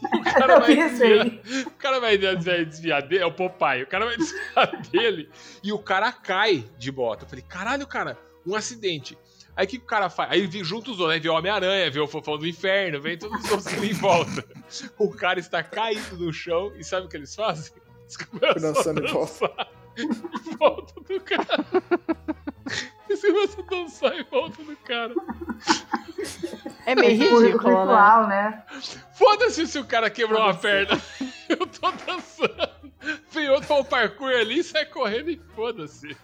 B: O cara
E: Eu
B: vai
E: vi isso
B: desviar,
E: aí.
B: o cara vai desviar, desviar dele, é o Popeye, o cara vai desviar dele e o cara cai de bota. Eu falei, caralho, cara, um acidente. Aí o que o cara faz? Aí vi junto os outros, aí vê o Homem-Aranha, vê o Fofão do Inferno, vem todos os outros ali em volta. O cara está caído no chão e sabe o que eles fazem? Eles começam a
C: Dançando em volta.
B: dançar em volta do cara. Eles começam a dançar em volta do cara.
D: É
E: É
D: meio
E: tipo
D: ridículo, né?
E: ritual, né?
B: Foda-se se o cara quebrou uma perna. Eu tô dançando. Vem outro pra um parkour ali, sai correndo e foda-se.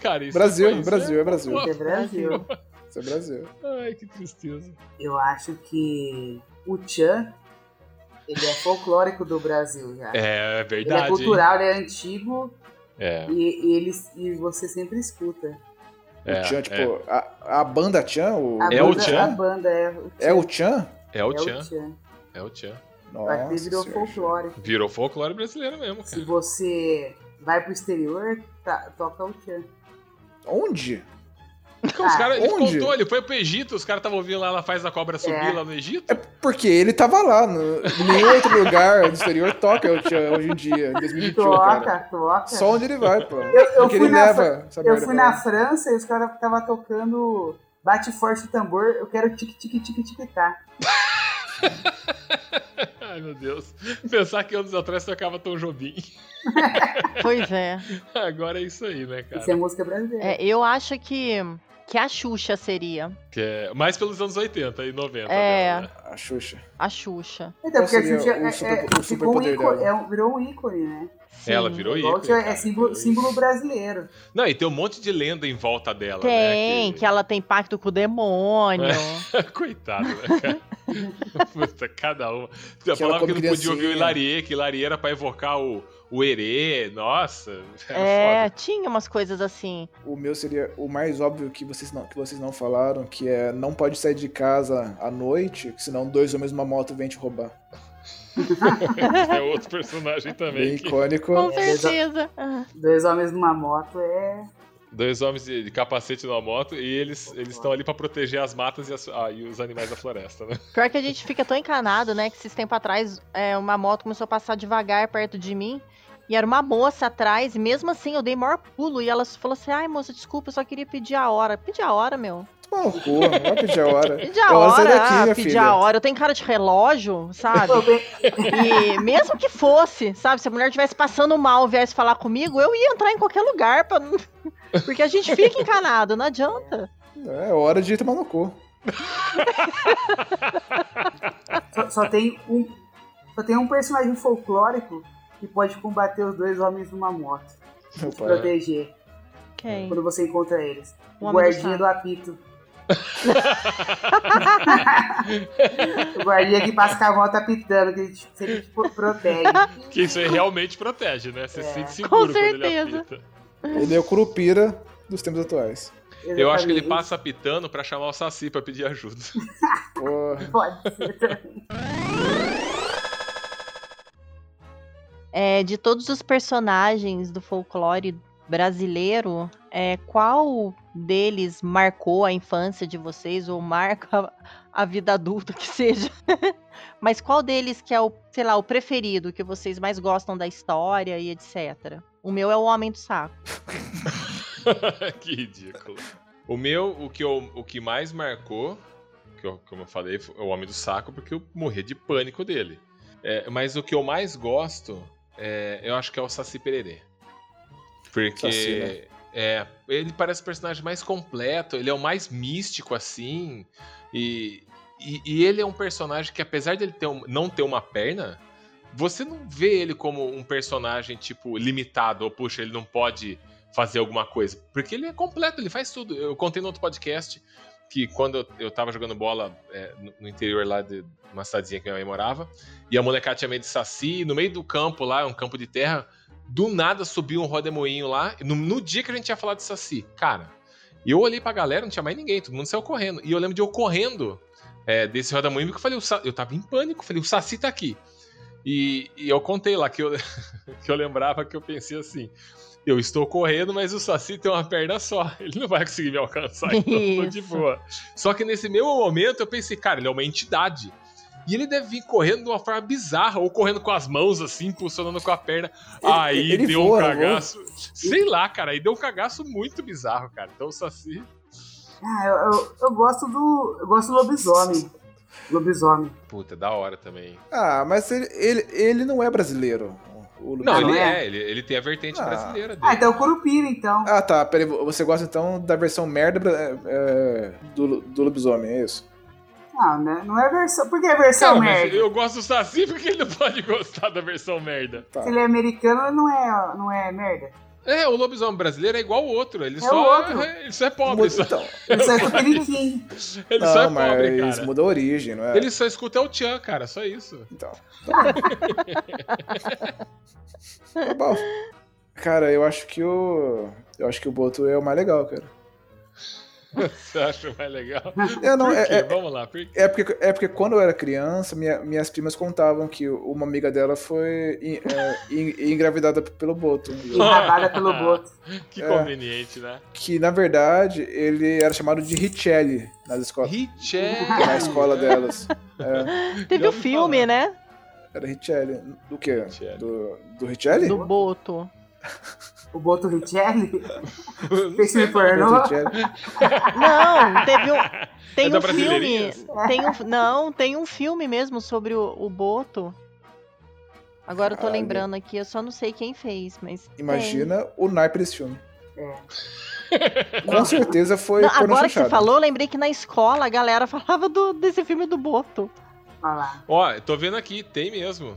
B: Cara, isso
C: Brasil,
B: foi- isso
C: Brasil, é Brasil.
E: É Brasil.
C: Isso é Brasil.
B: é- Ai, que tristeza.
E: Eu acho que o Tchan, ele é folclórico do Brasil já.
B: É, é
E: ele é
B: verdade. hein?
E: cultural, ele é antigo
B: É,
E: e, e, ele, e você sempre escuta.
B: é,
C: o Tchan, tipo,
B: é,
C: a, a banda Tchan? O...
E: A
B: É
E: banda,
B: o Tchan?
E: A banda é o Tchan.
C: É o Tchan?
B: é o
E: É
B: Tchan. É o Tchan.
E: Aqui virou
C: senhora.
E: folclore.
B: Virou folclore brasileiro mesmo,
E: Se
C: É.
B: cara.
E: você vai pro exterior, tá- toca o Tchan.
C: Onde?
B: Então,
E: Ah,
B: os cara, ele
C: Onde?
B: contou, ele foi pro Egito, os caras estavam ouvindo lá, ela faz a cobra subir
E: É.
B: lá no Egito.
C: É porque ele tava lá. No, nenhum outro lugar do exterior toca o Tchan hoje em dia, em 2021,
E: Toca,
C: cara.
E: toca.
C: Só né, onde ele vai, pô.
E: eu, eu
C: porque
E: fui
C: ele
E: na,
C: leva essa
E: eu
C: merda
E: fui
C: pra
E: na
C: lá.
E: França e os caras estavam tocando Bate Forte o Tambor, eu quero tique tique tique tique tá.
B: Ai, meu Deus. Pensar que anos atrás tocava Tom Jobim.
D: Pois é.
B: Agora é isso aí, né, cara?
E: Isso é música brasileira.
D: É, eu acho que, que a Xuxa seria.
B: Que é mais pelos anos 80 e 90.
D: É.
B: né?
C: A Ah, Xuxa.
D: A Xuxa.
E: Então, porque a
C: Qual seria
E: Xuxa
C: o
E: é-
C: super-
E: é-
C: o
E: ficou um
C: superpoder
E: ícone,
C: dela?
E: é um- virou um ícone, né?
D: Sim.
B: Ela virou
E: Igual o
B: ícone,
E: Tchan
B: cara.
E: é símbolo, símbolo brasileiro.
B: Não, e tem um monte de lenda em volta dela,
D: Tem,
B: né?
D: que... é ela tem pacto com o demônio.
B: Coitado, né, cara? Puta, cada uma. Eu
C: ela
B: falava que
C: come
B: não podia ouvir o
C: criancinha.
B: Hilarie, que Hilarie era pra evocar o, o Herê. Nossa, era
D: É,
B: foda.
D: tinha umas coisas assim.
C: O meu seria o mais óbvio que vocês, não, que vocês não falaram, que é não pode sair de casa à noite, que senão dois homens e uma moto vêm te roubar.
B: É outro personagem
C: Bem
B: também. que-
C: icônico.
D: Com certeza.
E: Dois homens numa moto é.
B: Dois homens de, de capacete numa moto e eles eles estão ali pra proteger as matas e, as- ah, e os animais da floresta, né?
D: Pior que a gente fica tão encanado, né? Que esses tempos atrás, é, uma moto começou a passar devagar perto de mim. E era uma moça atrás, e mesmo assim eu dei maior pulo. E ela falou assim: ai, moça, desculpa, eu só queria pedir a hora. Pedir a hora, meu.
C: Toma no cu, vai pedir a hora.
D: Pedir a
C: Eu vou sair
D: hora,
C: daqui,
D: ah,
C: minha
D: pedir
C: filha.
D: a hora. Eu tenho cara de relógio, sabe?
E: Eu pe-
D: E mesmo que fosse, sabe? Se a mulher estivesse passando mal, viesse falar comigo, eu ia entrar em qualquer lugar. Pra... não- Porque a gente fica encanado, não adianta.
C: É hora de tomar no cu.
E: Só, só tem um. Só tem um personagem folclórico que pode combater os dois homens numa moto.
C: Meu
E: se
C: pai.
E: Proteger
D: Quem?
E: É. quando você encontra eles.
D: O
B: Um
E: O
D: homem do
E: guardinha
D: saco.
E: do apito. o guardinha que passa com a moto apitando, que ele te- sempre te pro- protege.
B: Que isso aí realmente protege, né? Você se
E: É.
B: sente seguro quando ele
D: certeza.
B: apita.
C: Ele é o Curupira dos tempos atuais.
B: Eu acho que ele
E: Exatamente.
B: passa apitando pra chamar o Saci pra pedir ajuda.
C: Porra.
E: Pode ser também.
D: É, de todos os personagens do folclore brasileiro, é, qual deles marcou a infância de vocês ou marca a vida adulta que seja? Mas qual deles que é o, sei lá, o preferido, que vocês mais gostam da história e etc? O meu é o Homem do Saco.
B: que ridículo. O meu, o que, eu, o que mais marcou, que eu, como eu falei, foi o Homem do Saco, porque eu morri de pânico dele. É, mas o que eu mais gosto, é, eu acho que é o Saci Pererê. Porque
C: Saci, né?
B: é, ele parece o personagem mais completo, ele é o mais místico, assim. E, e, e ele é um personagem que, apesar de ele ter um- não ter uma perna, você não vê ele como um personagem, tipo, limitado, ou puxa, ele não pode fazer alguma coisa. Porque ele é completo, ele faz tudo. Eu contei no outro podcast que quando eu- eu tava jogando bola é, no- no interior lá de uma cidadezinha que minha mãe morava, e a molecada tinha medo de saci, e no meio do campo lá, é um campo de terra, do nada subiu um rodemoinho lá, no, no dia que a gente ia falar de saci. Cara, e eu olhei pra galera, não tinha mais ninguém, todo mundo saiu correndo. E eu lembro de eu correndo é, desse rodemoinho, porque eu falei, o Sa- eu tava em pânico, falei, o saci tá aqui. E, e eu contei lá que eu, que eu lembrava que eu pensei assim, eu estou correndo, mas o Saci tem uma perna só. Ele não vai conseguir me alcançar, então eu tô de
D: Isso.
B: boa. Só que nesse mesmo momento eu pensei, cara, ele é uma entidade. E ele deve vir correndo de uma forma bizarra, ou correndo com as mãos assim, impulsionando com a perna.
C: Ele-
B: aí
C: ele
B: deu
C: voa,
B: um
C: voa. né?
B: cagaço. Sei lá, cara, aí deu um cagaço muito bizarro, cara. Então o Saci.
E: Ah, eu, eu, eu gosto do. Eu gosto do lobisomem. Lobisomem.
B: Puta, da hora também.
C: Ah, mas ele, ele, ele não é brasileiro. O
B: Não,
C: Lupin.
B: ele
E: é?
B: é, ele, ele tem a vertente
C: Ah.
B: brasileira dele.
E: Ah, então é o Curupira, então.
C: Ah, tá. Peraí, você gosta então da versão merda bra- é, do, do lobisomem, é isso?
E: Não, né? Não é versão. Por que é versão
B: Cara, mas
E: merda?
B: eu gosto do Saci porque ele não pode gostar da versão merda.
C: Tá.
E: Se ele é americano, não é, não é merda.
B: É, o lobisomem brasileiro é igual o outro. Ele,
E: É
B: só,
E: o outro.
B: ele só é pobre. Só,
C: Então,
E: Isso é tupiniquim.
B: ele
C: não,
B: só é
C: mas
B: pobre, cara.
C: muda a origem, não é?
B: Ele só escuta o Tchan, cara, só isso.
C: Então. Tá bom. Cara, eu acho que o. Eu acho que o Boto é o mais legal, cara.
B: Você acha mais legal?
C: Eu não,
B: Por
C: é,
B: quê?
C: é-
B: Vamos lá, por quê?
C: é porque, é porque quando eu era criança, minha- minhas primas contavam que uma amiga dela foi em- é, em- engravidada pelo Boto.
E: Enrabada pelo boto.
B: Que
C: É.
B: conveniente, né?
C: Que na verdade ele era chamado de Richelli nas escolas.
B: Richel.
C: na escola delas. É,
B: Hum, Já
D: Teve o
B: ouvi
D: filme,
B: falar.
D: né?
C: era Richelli. Do quê?
B: Richelli.
C: Do, do Richelli?
D: Do Boto.
E: O boto Richelli. Fez
B: é
E: filme pornô.
C: Do Richelli.
D: Não, teve um. Tem
B: É da
D: um filme.
B: Brasileirinhas?
D: Tem um, não, tem um filme mesmo sobre o, o Boto. Agora eu tô
C: Caralho.
D: lembrando aqui, eu só não sei quem fez, mas. tem.
C: Imagina o naipe desse filme.
E: É.
C: Com certeza foi
D: Não,
C: porno
D: agora que você
C: chanchada.
D: falou, eu lembrei que na escola a galera falava do- desse filme do Boto.
E: Olha lá.
B: Ó, eu tô vendo aqui, tem mesmo.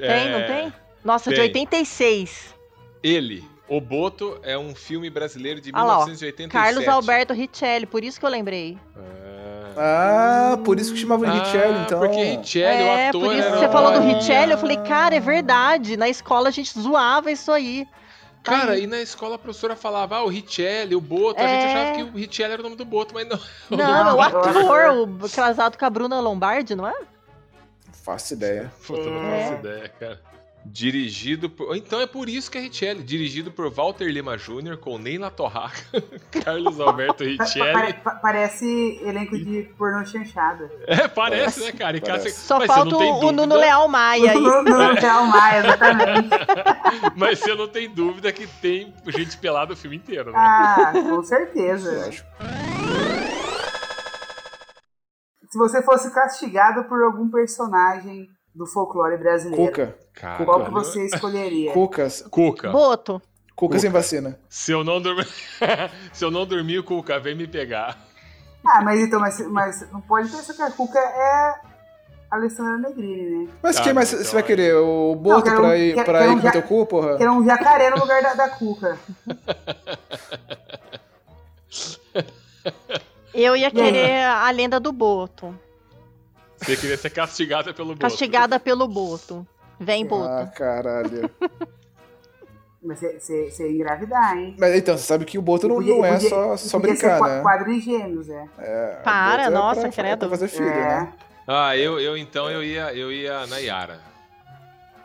B: é,
D: Tem, não tem? Nossa, de
B: tem.
D: 86.
B: Ele, O Boto, é um filme brasileiro de
D: Ah lá, ó.
B: 1987.
D: Carlos Alberto Richelli, por isso que eu lembrei.
B: Ah,
C: Ah, por isso que chamava de Richelli,
B: Ah,
C: então.
B: Porque Richelli, o
D: é,
B: ator.
D: por isso que
B: era
D: você falou do
B: um-
D: Richelli, eu falei, cara, é verdade. Na escola a gente zoava isso aí.
B: Cara, e na escola a professora falava, ah, o Richelli, o Boto. A gente
D: É.
B: achava que o Richelli era o nome do Boto, mas não.
D: Não, é o
E: Não,
D: ator, o casado com a Bruna Lombardi, não é?
C: Faço ideia.
B: Puta, não
D: É.
B: faço ideia, cara. Dirigido por. Então é por isso que é Richelli. Dirigido por Walter Lima Jr., com Neila Torraca, Carlos Alberto
E: Pa- pa-
B: Richelli.
E: pare- pa- parece elenco de pornô chanchada.
B: É, parece, né, cara? E cara,
C: Parece.
B: você-
D: Só
B: mas você
D: falta
B: não tem
D: o, o
B: dúvida,
D: Nuno Leal Maia aí.
E: Não, não, não, Maia, exatamente.
B: Mas você não tem dúvida que tem gente pelada o filme inteiro, né?
E: Ah, com certeza.
C: Lógico.
E: Se você fosse castigado por algum personagem do folclore brasileiro,
C: Cuca.
B: Caralho.
E: qual que você escolheria?
C: Cucas.
B: Cuca.
D: Boto.
C: Cuca sem vacina.
B: Se eu não dormir. Se eu não dormir, Cuca, vem me pegar.
E: Ah, mas então, mas, mas não pode pensar que a Cuca é a Alessandra Negrini, né?
C: Mas
B: Ah,
C: quem mais
B: então
C: você vai
B: é.
C: querer? O Boto
E: quero um-
C: pra ir,
E: quero-
C: pra
E: quero
C: ir
E: um
C: com
E: ja-
C: teu cu, porra?
E: Que era um jacaré no lugar da, da Cuca.
D: Eu ia
E: Não.
D: querer a lenda do Boto.
B: Você queria ser castigada pelo Boto.
D: Castigada pelo Boto.
E: um
D: Vem,
C: Ah,
D: Boto.
C: caralho.
E: Mas você- você você ia engravidar, hein?
C: Mas então, você sabe que o Boto não,
E: Podia-
C: não é
E: podia-
C: só, só
E: podia ser
C: brincar,
E: qua-
C: né?
E: Quadrigêmeos, é.
C: É, o
D: Para,
C: Boto é
D: nossa,
C: pra, É
D: credo.
C: pra fazer filho,
E: é.
C: né?
B: Ah, eu, eu então eu ia, eu ia na Yara.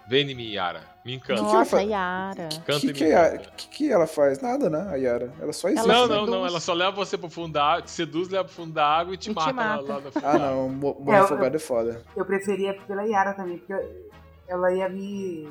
B: Vem em mim, Yara. Me encanta.
C: que ela
D: Nossa,
C: fa-
D: Yara.
C: O
B: Canta
C: que,
B: e me
C: que, a-
B: encanta.
C: que que ela faz? Nada, né, a Yara? Ela só existe.
B: Não,
D: Ela
C: né?
B: não, não.
D: seduz.
B: Ela só leva você pro fundo da água, te seduz, leva pro fundo da água e te
D: E te
B: mata, lá-
D: mata.
B: Lá, no fundo
C: Ah,
B: da água.
C: não. mo-
E: É,
C: Morrer
E: eu-
C: afogado é foda.
E: Eu preferia pela Yara também, porque eu- ela ia me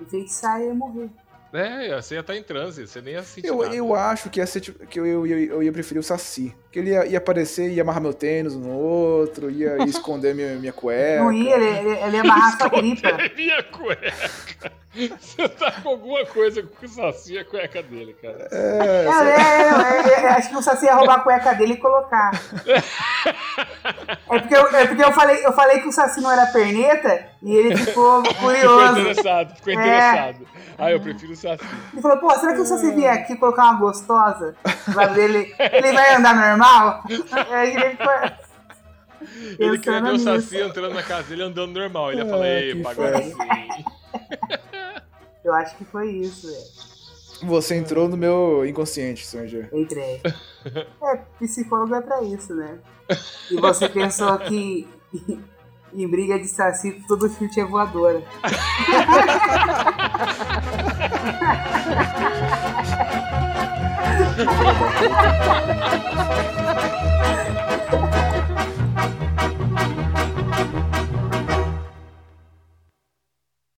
E: enfeitiçar e eu ia morrer.
B: É, você ia estar em transe, você nem ia sentir
C: Eu,
B: nada.
C: eu acho que ia ser tipo- que eu, eu, eu, eu ia preferir o Saci. Que ele ia, ia aparecer, ia amarrar meu tênis um no outro, ia, ia esconder minha, minha
B: É,
C: cueca.
E: não ia, ele, ele, ele ia amarrar sua tripa.
B: Minha cueca. Você tá com alguma coisa com o Saci e a cueca dele, cara.
E: É,
C: É,
E: é, é, é, é, acho que o Saci ia roubar a cueca dele e colocar. É porque, eu, é porque eu, falei, eu falei que o Saci não era perneta e ele ficou
B: Ficou
E: curioso.
B: interessado, ficou
E: É.
B: interessado. Ah, eu prefiro o Saci.
E: Ele falou, pô, será que o Saci vier aqui colocar uma gostosa do lado dele? Ele vai andar normal? Aí ele foi...
B: Ele queria
E: Pensando
B: ver o Saci
E: nisso.
B: entrando na casa dele andando normal. Ele ia
C: Ah,
B: falar, ei, assim."
C: que
B: agora sim.
E: Eu acho que foi isso, é. velho.
C: Você entrou no meu inconsciente, Sanjay.
E: Entrei. É, psicólogo é pra isso, né? E você pensou que em briga de Saci todo chute é voadora.